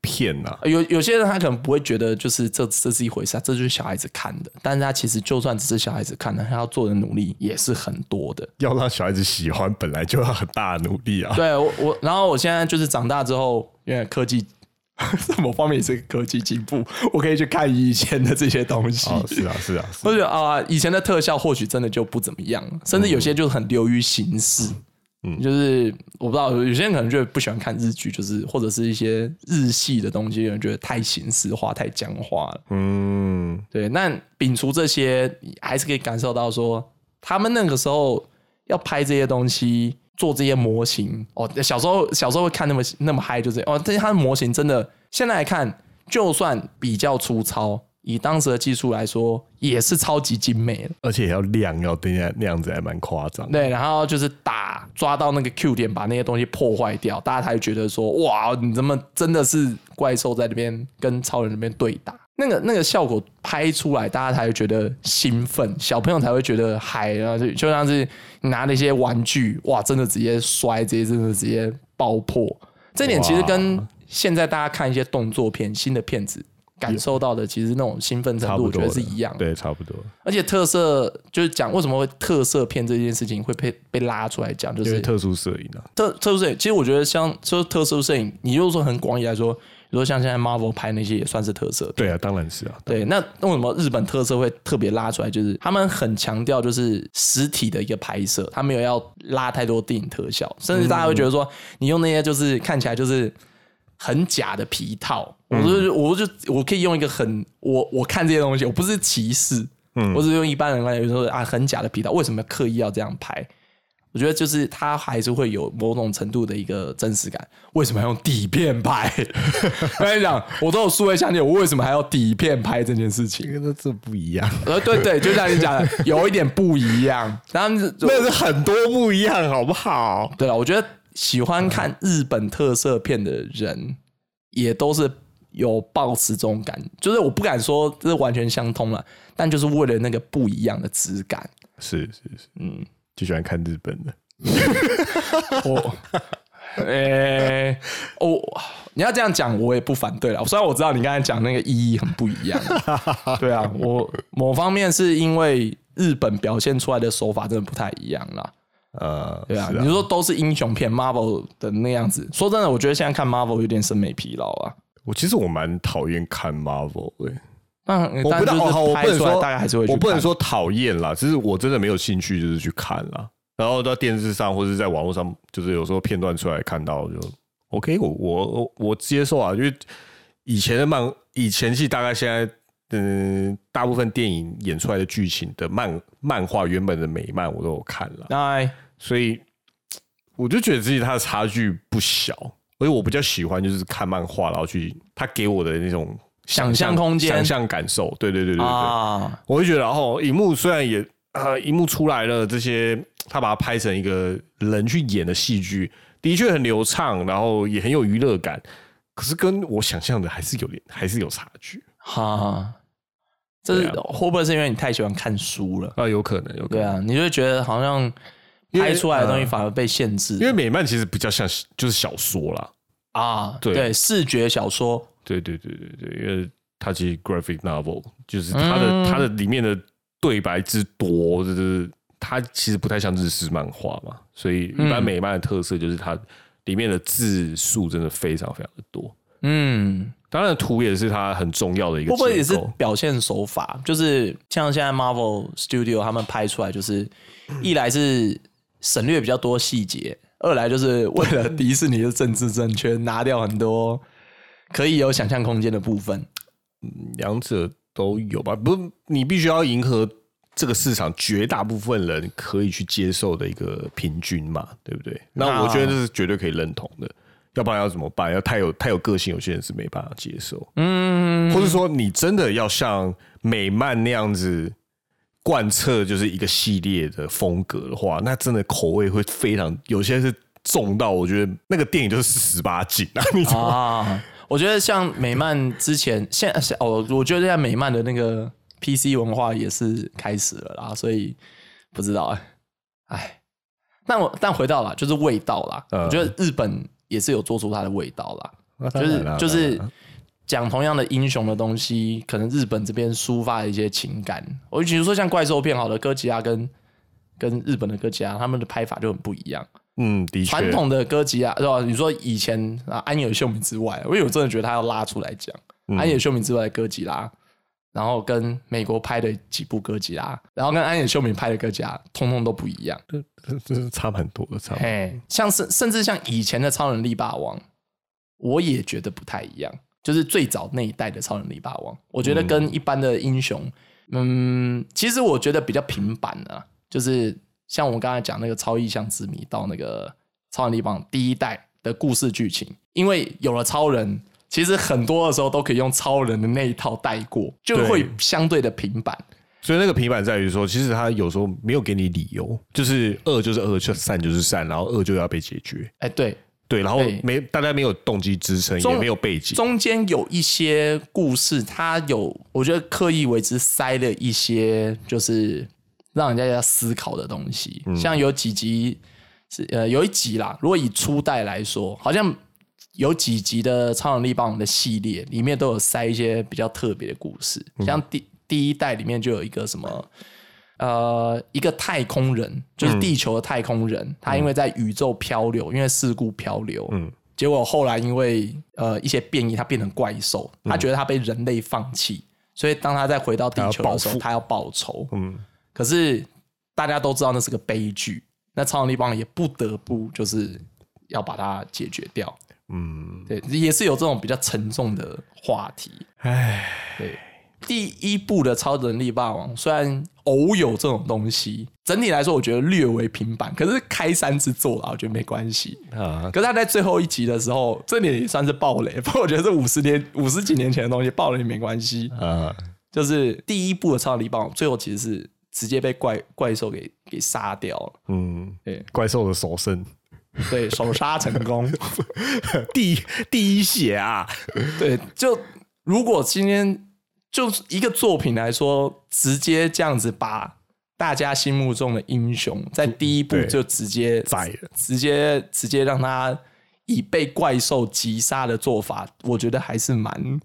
骗呐、有有些人他可能不会觉得，就是这这是一回事啊，这就是小孩子看的。但是他其实就算只是小孩子看的，他要做的努力也是很多的。要让小孩子喜欢，本来就要很大的努力啊。对我我，然后我现在就是长大之后，因为科技 某方面也是科技进步，我可以去看以前的这些东西。哦，是啊，是啊，是啊我就觉得啊、以前的特效或许真的就不怎么样了，甚至有些就是很流于形式。嗯，就是我不知道，有些人可能就不喜欢看日剧，就是或者是一些日系的东西，有人觉得太形式化、太僵化了。嗯，对，那摒除这些，还是可以感受到说，他们那个时候要拍这些东西，做这些模型。哦，小时候小时候会看那么那么嗨，就是哦，这些它的模型真的，现在来看，就算比较粗糙，以当时的技术来说，也是超级精美的。而且要亮，要那样那样子还蛮夸张的。对，然后就是打抓到那个 Q 点，把那些东西破坏掉，大家才会觉得说，哇，你怎么真的是怪兽在那边跟超人那边对打？那个那个效果拍出来，大家才会觉得兴奋，小朋友才会觉得嗨，然后就就像是你拿那些玩具，哇，真的直接摔，直接真的直接爆破。这点其实跟现在大家看一些动作片、新的片子感受到的，其实那种兴奋程差度，不我觉多得了是一样的。对，差不多，而且特色就是讲为什么会特色片这件事情会被被拉出来讲，就因是为特殊摄影啊，特特殊摄影。其实我觉得像就是特殊摄影，你就说很广义来说，比如说像现在 Marvel 拍那些也算是特色片。对啊，当然是啊，对，那那为什么日本特色会特别拉出来？就是他们很强调就是实体的一个拍摄，他没有要拉太多电影特效，甚至大家会觉得说，你用那些就是看起来就是很假的皮套，我就我就我可以用一个很我我看这些东西，我不是歧视，我只是用一般人来说啊，很假的皮套，为什么刻意要这样拍？我觉得就是它还是会有某种程度的一个真实感。为什么要用底片拍？ 我跟你讲，我都有数位相机，我为什么还要底片拍这件事情？因为这这不 一样，呃，对对，就像你讲的，有一点不一样。然后就那是很多不一样，好不好？对了，我觉得喜欢看日本特色片的人，也都是有抱持这种感，就是我不敢说这完全相通了，但就是为了那个不一样的质感。是是是，嗯，就喜欢看日本的，我， 诶、哦，你要这样讲，我也不反对了。虽然我知道你刚才讲那个意义很 不一样，对啊，我某方面是因为日本表现出来的手法真的不太一样啦。呃，对啊，是你说都是英雄片，Marvel 的那样子。说真的，我觉得现在看 Marvel 有点审美疲劳啊。我其实我蛮讨厌看 Marvel 的、但我但不就大好，是我拍不能出来，说大概还是会去我不能看说讨厌啦，只是我真的没有兴趣，就是去看啦。然后到电视上或是在网络上，就是有时候片段出来看到就 OK，我我我我接受啊，因为以前的漫，以前戏大概现在嗯，大部分电影演出来的剧情的漫漫画原本的美漫我都有看了，哎，所以我就觉得自己它的差距不小，而且我比较喜欢就是看漫画，然后去它给我的那种想象空间想象感受，对对对对对，啊，我会觉得哦，荧幕虽然也呃，荧幕出来了，这些他把它拍成一个人去演的戏剧，的确很流畅，然后也很有娱乐感，可是跟我想象的还是有点，还是有差距。哈、这是对啊会不会是因为你太喜欢看书了？啊，有可能，有可对能。啊，你就会觉得好像因为呃拍出来的东西反而被限制，因为美漫其实比较像是就是小说啦，啊，对对，视觉小说对对对对对，因为它其实 graphic novel 就是它的、它的里面的对白之多，就是它其实不太像日式漫画嘛，所以一般嗯美漫的特色就是它里面的字数真的非常非常的多。嗯，当然，图也是它很重要的一个结构。会不会也是表现手法？就是像现在 Marvel Studio 他们拍出来，就是嗯一来是省略比较多细节，二来就是为了迪士尼的政治正确，拿掉很多可以有想象空间的部分。两者都有吧？不，你必须要迎合这个市场绝大部分人可以去接受的一个平均嘛，对不对？那我觉得这是绝对可以认同的，要不然要怎么办？要太有太有个性，有些人是没办法接受。嗯或者说你真的要像美漫那样子贯彻就是一个系列的风格的话，那真的口味会非常，有些是重到我觉得那个电影就是十八禁啊，你知道吗？啊，我觉得像美漫之前，现在哦，我觉得现在美漫的那个 PC 文化也是开始了啦，所以不知道哎，哎，但我但回到啦，就是味道啦，嗯我觉得日本也是有做出它的味道啦，啊当 就然是啦就是讲同样的英雄的东西，可能日本这边抒发一些情感。我比如说像怪兽片好了，哥吉拉跟跟日本的哥吉拉，他们的拍法就很不一样。嗯，的确，传统的哥吉拉是吧？你说以前啊，安野秀明之外，因为我真的觉得他要拉出来讲，嗯安野秀明之外的哥吉拉，然后跟美国拍的几部哥吉拉，然后跟安野秀明拍的哥吉拉，通通都不一样。这这是差蛮多的，差蛮多嘿，像甚甚至像以前的超人力霸王，我也觉得不太一样。就是最早那一代的超人力霸王，我觉得跟一般的英雄，嗯其实我觉得比较平凡啊。就是像我们刚才讲那个超意象之谜到那个超人力霸王第一代的故事剧情，因为有了超人，其实很多的时候都可以用超人的那一套带过，就对会相对的平凡。所以那个平板在于说，其实他有时候没有给你理由，就是恶就是恶，就善就是善，然后恶就要被解决，哎，对，对，然后对没大家没有动机支撑，中也没有背景，中间有一些故事，它有我觉得刻意为之塞了一些，就是让人家要思考的东西。像有几集是呃有一集啦，如果以初代来说，好像有几集的《超能力霸王》的系列里面都有塞一些比较特别的故事，像第第一代里面就有一个什么。呃，一个太空人，就是地球的太空人，他因为在宇宙漂流，因为事故漂流，嗯，结果后来因为呃一些变异，他变成怪兽，他觉得他被人类放弃，所以当他再回到地球的时候，他要报仇，嗯，可是大家都知道那是个悲剧，那超能力棒也不得不就是要把它解决掉，嗯，对，也是有这种比较沉重的话题。唉，对，第一部的超能力霸王虽然偶有这种东西，整体来说我觉得略微平板，可是开山之作啦，我觉得没关系。啊，可是他在最后一集的时候，这里也算是暴雷， 不过我觉得是五十年、五十几年前的东西，暴雷没关系。啊，就是第一部的超能力霸王，最后其实是直接被怪怪兽给给杀掉了，嗯，对怪兽的手伸，对，首杀成功。第第一血啊，对，就如果今天就是一个作品来说，直接这样子把大家心目中的英雄，在第一步对就直接宰了直接直接让他以被怪兽击杀的做法，我觉得还是蛮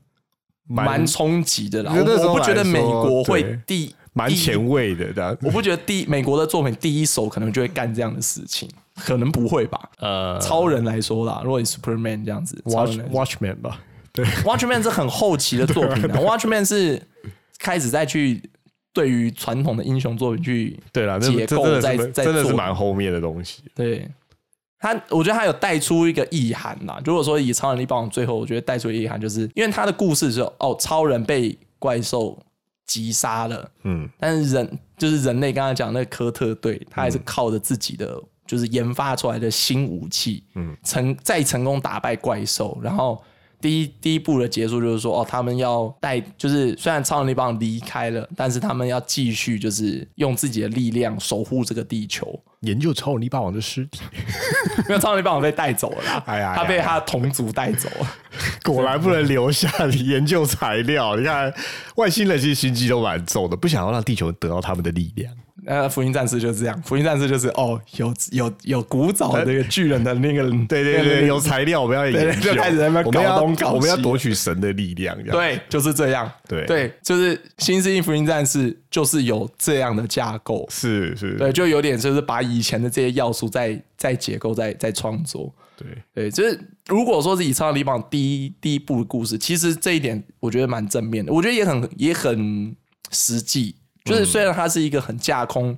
蛮冲击的啦。觉得那时我候我不觉得来说美国会对第蛮第前卫的，这样我不觉得第美国的作品第一手可能就会干这样的事情，可能不会吧？呃超人来说啦，如果你 Superman 这样子超 Watch 人来说 Watchman 吧， Watchman 是很后期的作品、啊、，Watchman 是开始再去对于传统的英雄作品去对啦，那解这真构的再是再真的是做蛮后面的东西，对他，我觉得他有带出一个意涵啦。如果说以超能力霸王最后，我觉得带出一个意涵，就是因为他的故事是哦，超人被怪兽击杀了，嗯，但是人就是人类，刚刚讲那个科特队，他还是靠着自己的、就是研发出来的新武器，嗯，成再成功打败怪兽，然后第一第一步的结束就是说，哦，他们要带，就是虽然超能力棒离开了，但是他们要继续就是用自己的力量守护这个地球。 研究超人力霸王的尸体，没有超能力棒被带走了啦，哎呀哎呀他被他的同族带走了，果然不能留下研究材料。你看，外星人其实心机都蛮重的，不想要让地球得到他们的力量。呃，福音战士就是这样，福音战士就是哦，有有有古早的那个巨人的那个， 对那对个对，有材料我们要研究，对就开始在那边我们要搞东搞西我们要夺取神的力量。这样，对，就是这样，对对，就是《新世纪福音战士》就是有这样的架构，是是，对，就有点就是把以前的这些要素再再结构、再再创作，对对，就是如果说是以《超能力榜》第一第一部的故事，其实这一点我觉得蛮正面的，我觉得也很也很实际。就是虽然它是一个很架空，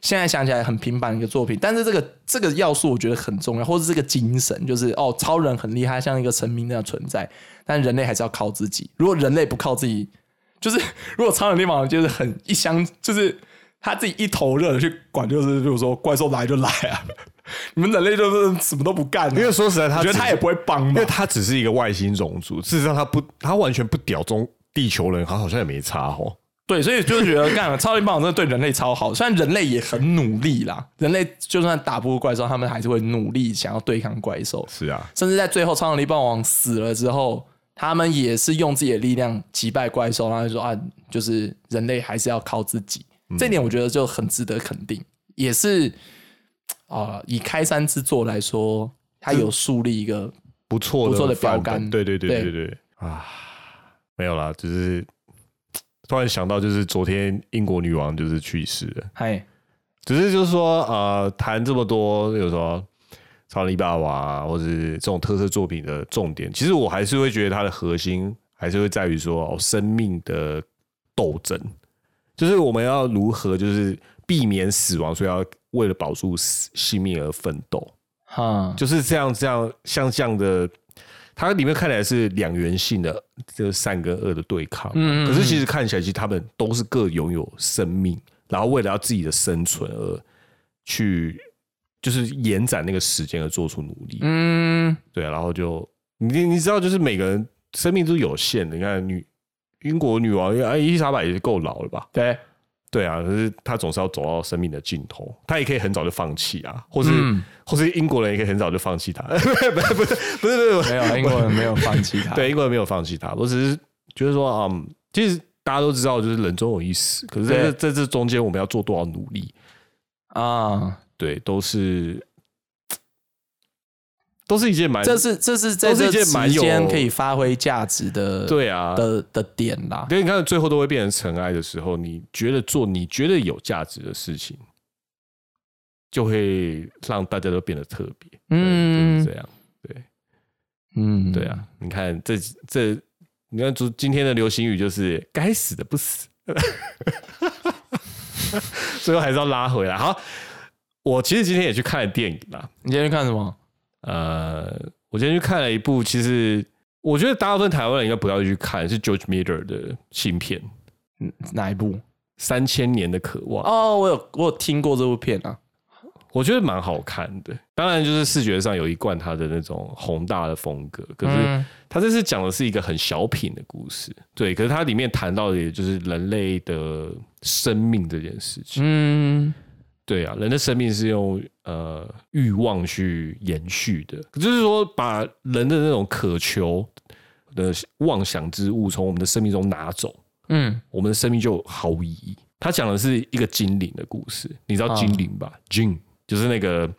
现在想起来很平凡的一个作品，但是这个这个要素我觉得很重要，或者这个精神，就是哦，超人很厉害，像一个神明那样存在，但人类还是要靠自己。如果人类不靠自己，就是如果超能力榜就是很一厢，就是他自己一头热的去管，就是比如说怪兽来就来啊，你们人类就是什么都不干啊、因为说实在他我觉得只他也不会帮因嘛为，他只是一个外星种族，事实上他不，他完全不屌中地球人，他好像也没差哦。对，所以就是觉得干超级棒真的对人类超好，虽然人类也很努力啦，人类就算打不过怪兽，他们还是会努力想要对抗怪兽，是啊，甚至在最后超能力霸王死了之后，他们也是用自己的力量击败怪兽，然后就说啊，就是人类还是要靠自己，这点我觉得就很值得肯定，也是啊、以开山之作来说，他有树立一个不错的不错的范标杆本对对对对对对对啊，没有啦，就是突然想到，就是昨天英国女王就是去世了，嗨，只是就是说呃，谈这么多，比如说超能力霸王啊，或者是这种特色作品的重点，其实我还是会觉得它的核心还是会在于说哦，生命的斗争，就是我们要如何就是避免死亡，所以要为了保住死性命而奋斗。哈，就是这样，这样像这样的，它里面看起来是两元性的，就是善跟恶的对抗。嗯嗯嗯可是其实看起来，其实他们都是各拥有生命，然后为了要自己的生存而去，就是延展那个时间而做出努力。嗯，对啊，然后就你你知道，就是每个人生命都是有限的。你看女英国女王啊，伊丽莎白也是够老了吧？对，对啊，可是她总是要走到生命的尽头，她也可以很早就放弃啊，或是、嗯或是英国人也可以很早就放弃她，不是不是不是不是不是没有英国人没有放弃 他，对，英国人没有放弃他，我只是觉得说，嗯，其实大家都知道，就是人终有一死，可是在这在这中间，我们要做多少努力，啊，对，都是都是一件蛮这是这是在都是这一件蛮期有间可以发挥价值的，对啊，的的点啦。因为你看最后都会变成尘埃的时候，你觉得做你觉得有价值的事情，就会让大家都变得特别。对就是嗯这样。对嗯，对啊，，你看这这，你看今今天的流行语就是“该死的不 死”，最后还是要拉回来。好，我其实今天也去看了电影啦，你今天去看什么？呃，我今天去看了一部，其实我觉得大部分台湾人应该不要去看，是 George Miller 的新片。嗯哪一部？三千年的渴望，哦，我有我有听过这部片啊。我觉得蛮好看的。当然，就是视觉上有一贯他的那种宏大的风格，可是嗯他这次讲的是一个很小品的故事，对。可是它里面谈到的也就是人类的生命这件事情，嗯对啊，人的生命是用呃欲望去延续的，就是说把人的那种渴求的妄想之物从我们的生命中拿走，嗯，我们的生命就毫无意义。他讲的是一个精灵的故事，你知嗯道精灵吧？Jin 就是那个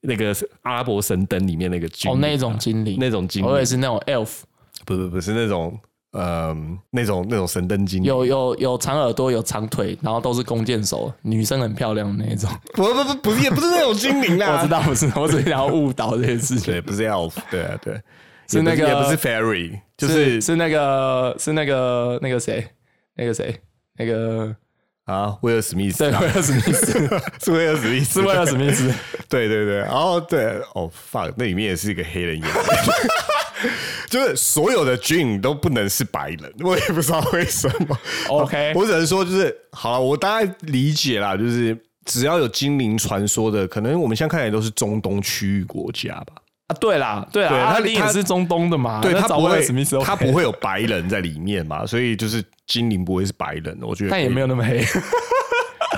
那个阿拉伯神灯里面那个精哦，灵啊那种精灵，那种精灵，我也是那种 elf，不是不是那种呃那种那种神灯精灵，有有有长耳朵，有长腿，然后都是弓箭手，女生很漂亮的那种。 不不不不是也不是那种精灵啦，我知道，我知道，我只是想要误导这件事 情。对，不是 elf，对啊对，是那个也不是 fairy，就是是是那个是那个那个谁那个谁那个啊威尔史密斯对啊，威尔 史密斯是威尔史密斯，是威尔史密斯， 对对对，然后对哦 fuck，那里面也是一个黑人演员， 就是所有的 Jim 都不能是白人，我也不知道为什么。 OK 我只能说就是好了，我大概理解啦，就是只要有精灵传说的，可能我们现在看起来都是中东区域国家吧，啊，对啦，对啦，对阿他林他也是中东的嘛，对那他找不威尔会史密斯 OK，他不会有白人在里面嘛，所以就是精灵不会是白人，我觉得但也没有那么黑。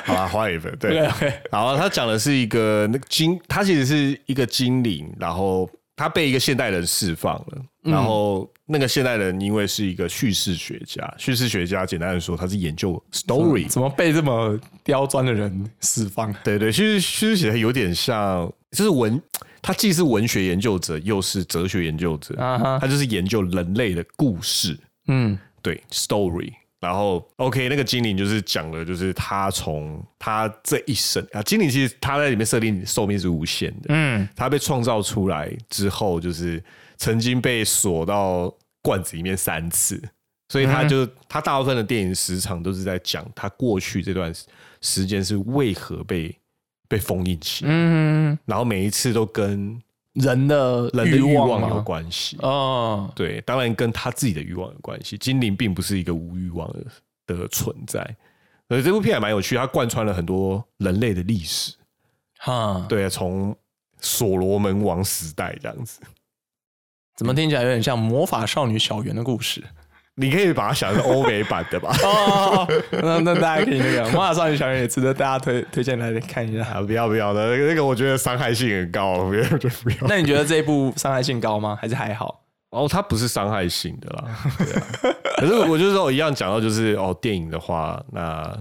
好啦，花一份对。 啊对，OK，然后他讲的是一个那个精，他其实是一个精灵，然后他被一个现代人释放了，嗯然后那个现代人因为是一个叙事学家，叙事学家简单的说，他是研究 story，怎么被这么刁钻的人释放？对对，其实其实写的有点像，就是文，他既是文学研究者，又是哲学研究者，啊哈他就是研究人类的故事，嗯，对 story。然后 OK，那个精灵就是讲的，就是他从他这一生啊，精灵其实他在里面设定寿命是无限的，嗯，他被创造出来之后，就是曾经被锁到罐子里面三次，所以嗯他就、他大部分的电影时长都是在讲他过去这段时间是为何被被封印起来，嗯，然后每一次都跟人的人的欲望吗有。关系，哦，对，当然跟他自己的欲望有关系。精灵并不是一个无欲望的的存在，呃，这部片还蛮有趣，它贯穿了很多人类的历史。嗯哈，对啊，从所罗门王时代这样子，怎么听起来有点像魔法少女小圆的故事？你可以把它想成欧美版的吧。 哦，那那大家可以那个《魔法少女小圆》也值得大家推推荐来看一下。啊，不要不要的，那个那个我觉得伤害性很高，不要就不要。那你觉得这一部伤害性高吗？还是还好？哦，它不是伤害性的啦。对啊、可是我就是说我一样讲到，就是哦，电影的话，那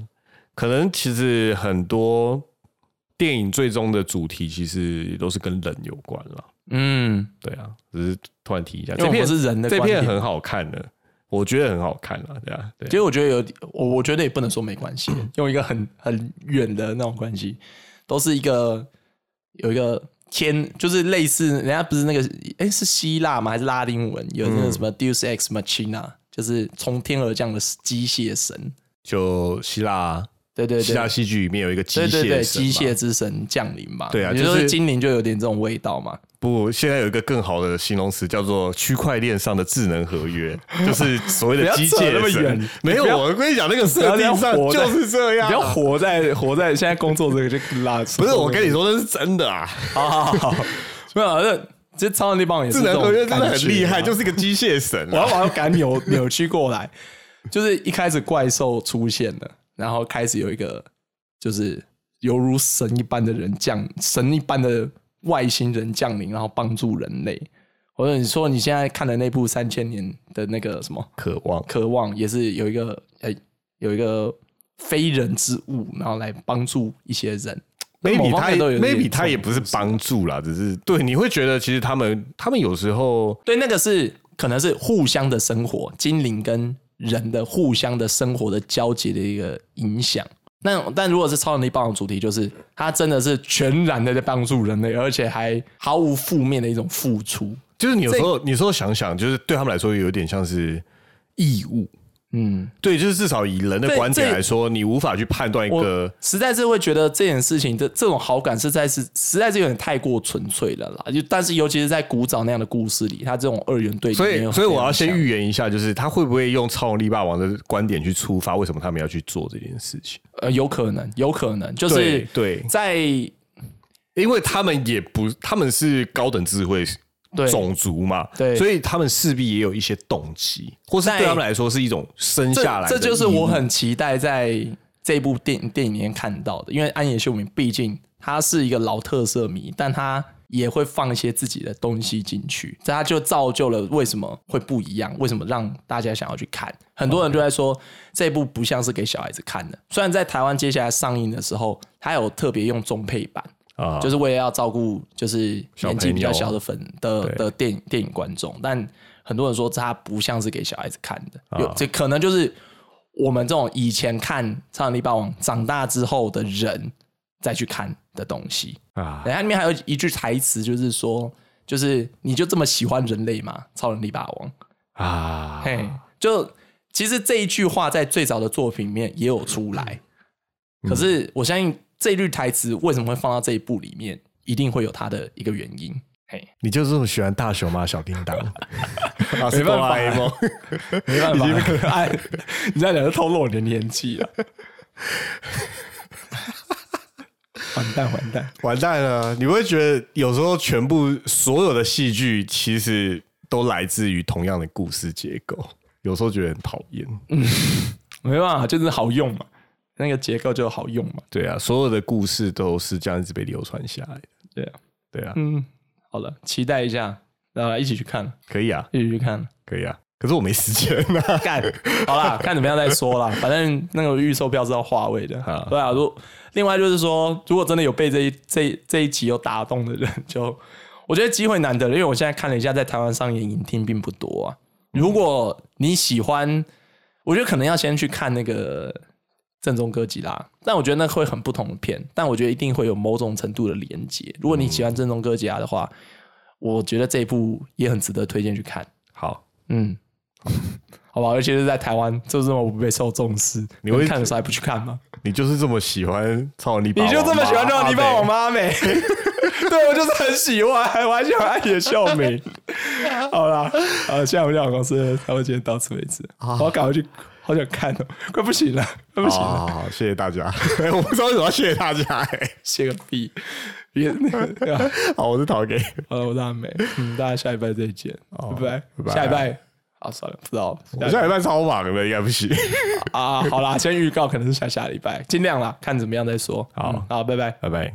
可能其实很多电影最终的主题其实都是跟人有关了。嗯，对啊，只是突然提一下，因为这我片们是人的这观片点很好看的，我觉得很好看啊，对啊，对其实我觉得有，我我觉得也不能说没关系，用一个很很远的那种关系，都是一个有一个天，就是类似人家不是那个，哎，是希腊吗？还是拉丁文？有嗯那个什么 Deus Ex Machina，就是从天而降的机械神。就希腊对对希腊对。戏剧里面有一个机对械对对，神机嘛械之神降临嘛，对啊你就说是精灵就有点这种味道嘛，不，现在有一个更好的形容词叫做区块链上的智能 合约，就是所谓的不要机扯械那么神远没有，不要我跟你讲，那个不设要这定样上活在就是这样你要啊。活在活在现在工作这个就拉，不是，我跟你，说那是真的啊，好好好，好没有啊，这这超能力棒也是智这能种合约真的感很觉厉害，啊就是一个机械神我 啊。要把它赶扭扭曲过来。就是一开始怪兽出现了，然后开始有一个就是犹如神一般的人降，神一般的外星人降临，然后帮助人类。或者你说你现在看的那部三千年的那个什么渴望渴望，也是有一个呃、有一个非人之物，然后来帮助一些人。 ，maybe 某方他面都有点 maybe 他也冲不是帮助啦，只是对你会觉得其实他们他们有时候对，那个是可能是互相的生活，精灵跟人的互相的生活的交集的一个影响。那但如果是超能力棒的主题，就是它真的是全然的在帮助人类，而且还毫无负面的一种付出。就是你有时候，你有时候想想，就是对他们来说，有点像是义务。嗯，对，就是至少以人的对观点这来说，你无法去判断一我个实在是会觉得这件事情的这种好感实在是实在是有点太过纯粹了啦。就但是尤其是在古早那样的故事里，它这种二元对立所没以，有所以非我常要先强预言一下，就是他会不会用超能力霸王的观点去出发？为什么他们要去做这件事情？呃，有可能，有可能就是对对在因为他们也不，他们是高等智慧对种族嘛，对所以他们势必也有一些动机，或是在对他们来说是一种生这下来的这就是义务我很期待在这部电影电影里面看到的，因为安野秀明毕竟他是一个老特色迷，但他也会放一些自己的东西进去，这他就造就了为什么会不一样，为什么让大家想要去看。很多人就在说这部不像是给小孩子看的，虽然在台湾接下来上映的时候，他有特别用中配版，啊，就是为了要照顾就是年纪比较小的粉的对的电影电影观众，但很多人说它不像是给小孩子看的，啊有这可能就是我们这种以前看《超能力霸王》长大之后的人再去看的东西。啊，然后它里面还有一句台词，就是说，就是你就这么喜欢人类吗？超能力霸王，啊，嘿，就其实这一句话在最早的作品里面也有出来，可是我相信这一句台词为什么会放到这一部里面，一定会有它的一个原因。嘿，你就是这么喜欢大熊吗？小叮 当，啊，是没办哆法啦 A 梦。没 办法，可爱，你这样讲就透露你的年纪了。完蛋，完蛋！完蛋了！你会觉得有时候全部所有的戏剧其实都来自于同样的故事结构，有时候觉得很讨厌。没办法，就是好用嘛，那个结构就好用嘛。对啊，所有的故事都是这样子被流传下来的。对啊，对啊，嗯，好了，期待一下呃，一起去看，可以啊，一起去看。可以啊。可是我没时间啊，干，好啦， 看怎么样再说啦。反正那个预售票是要划位的啊，对啊。如另外就是说，如果真的有被这一这一这一集有打动的人，就我觉得机会难得，因为我现在看了一下，在台湾上演影厅并不多啊。如果你喜欢，我觉得可能要先去看那个正宗哥吉拉，但我觉得那会很不同的片，但我觉得一定会有某种程度的连接。如果你喜欢正宗哥吉拉的话，我觉得这一部也很值得推荐去看。好，嗯， 好吧，而且是在台湾，就这么不被受重视，你会看的时候还不去看吗？你就是这么喜欢超能力，你就这么喜欢这种地方，我吗？妈 美？对，我就是很喜欢，我还喜欢暗野秀 美。好啦，好，现在我们讲公司，他们今天到此为止。我要赶快去，好想看哦，快不行了，快不行了，啊，谢谢大家， 我不知道为什么要谢谢大家哎。谢个屁！别那个，对啊好，我是陶给，好了，我是阿美，嗯，大家下礼拜再见，拜拜拜，拜下礼拜。啊，算了，不知道。下礼我拜下礼拜超忙的，应该不行。啊，好啦，先预告可能是下下礼拜，尽量啦，看怎么样再说。好嗯好，拜拜。拜拜。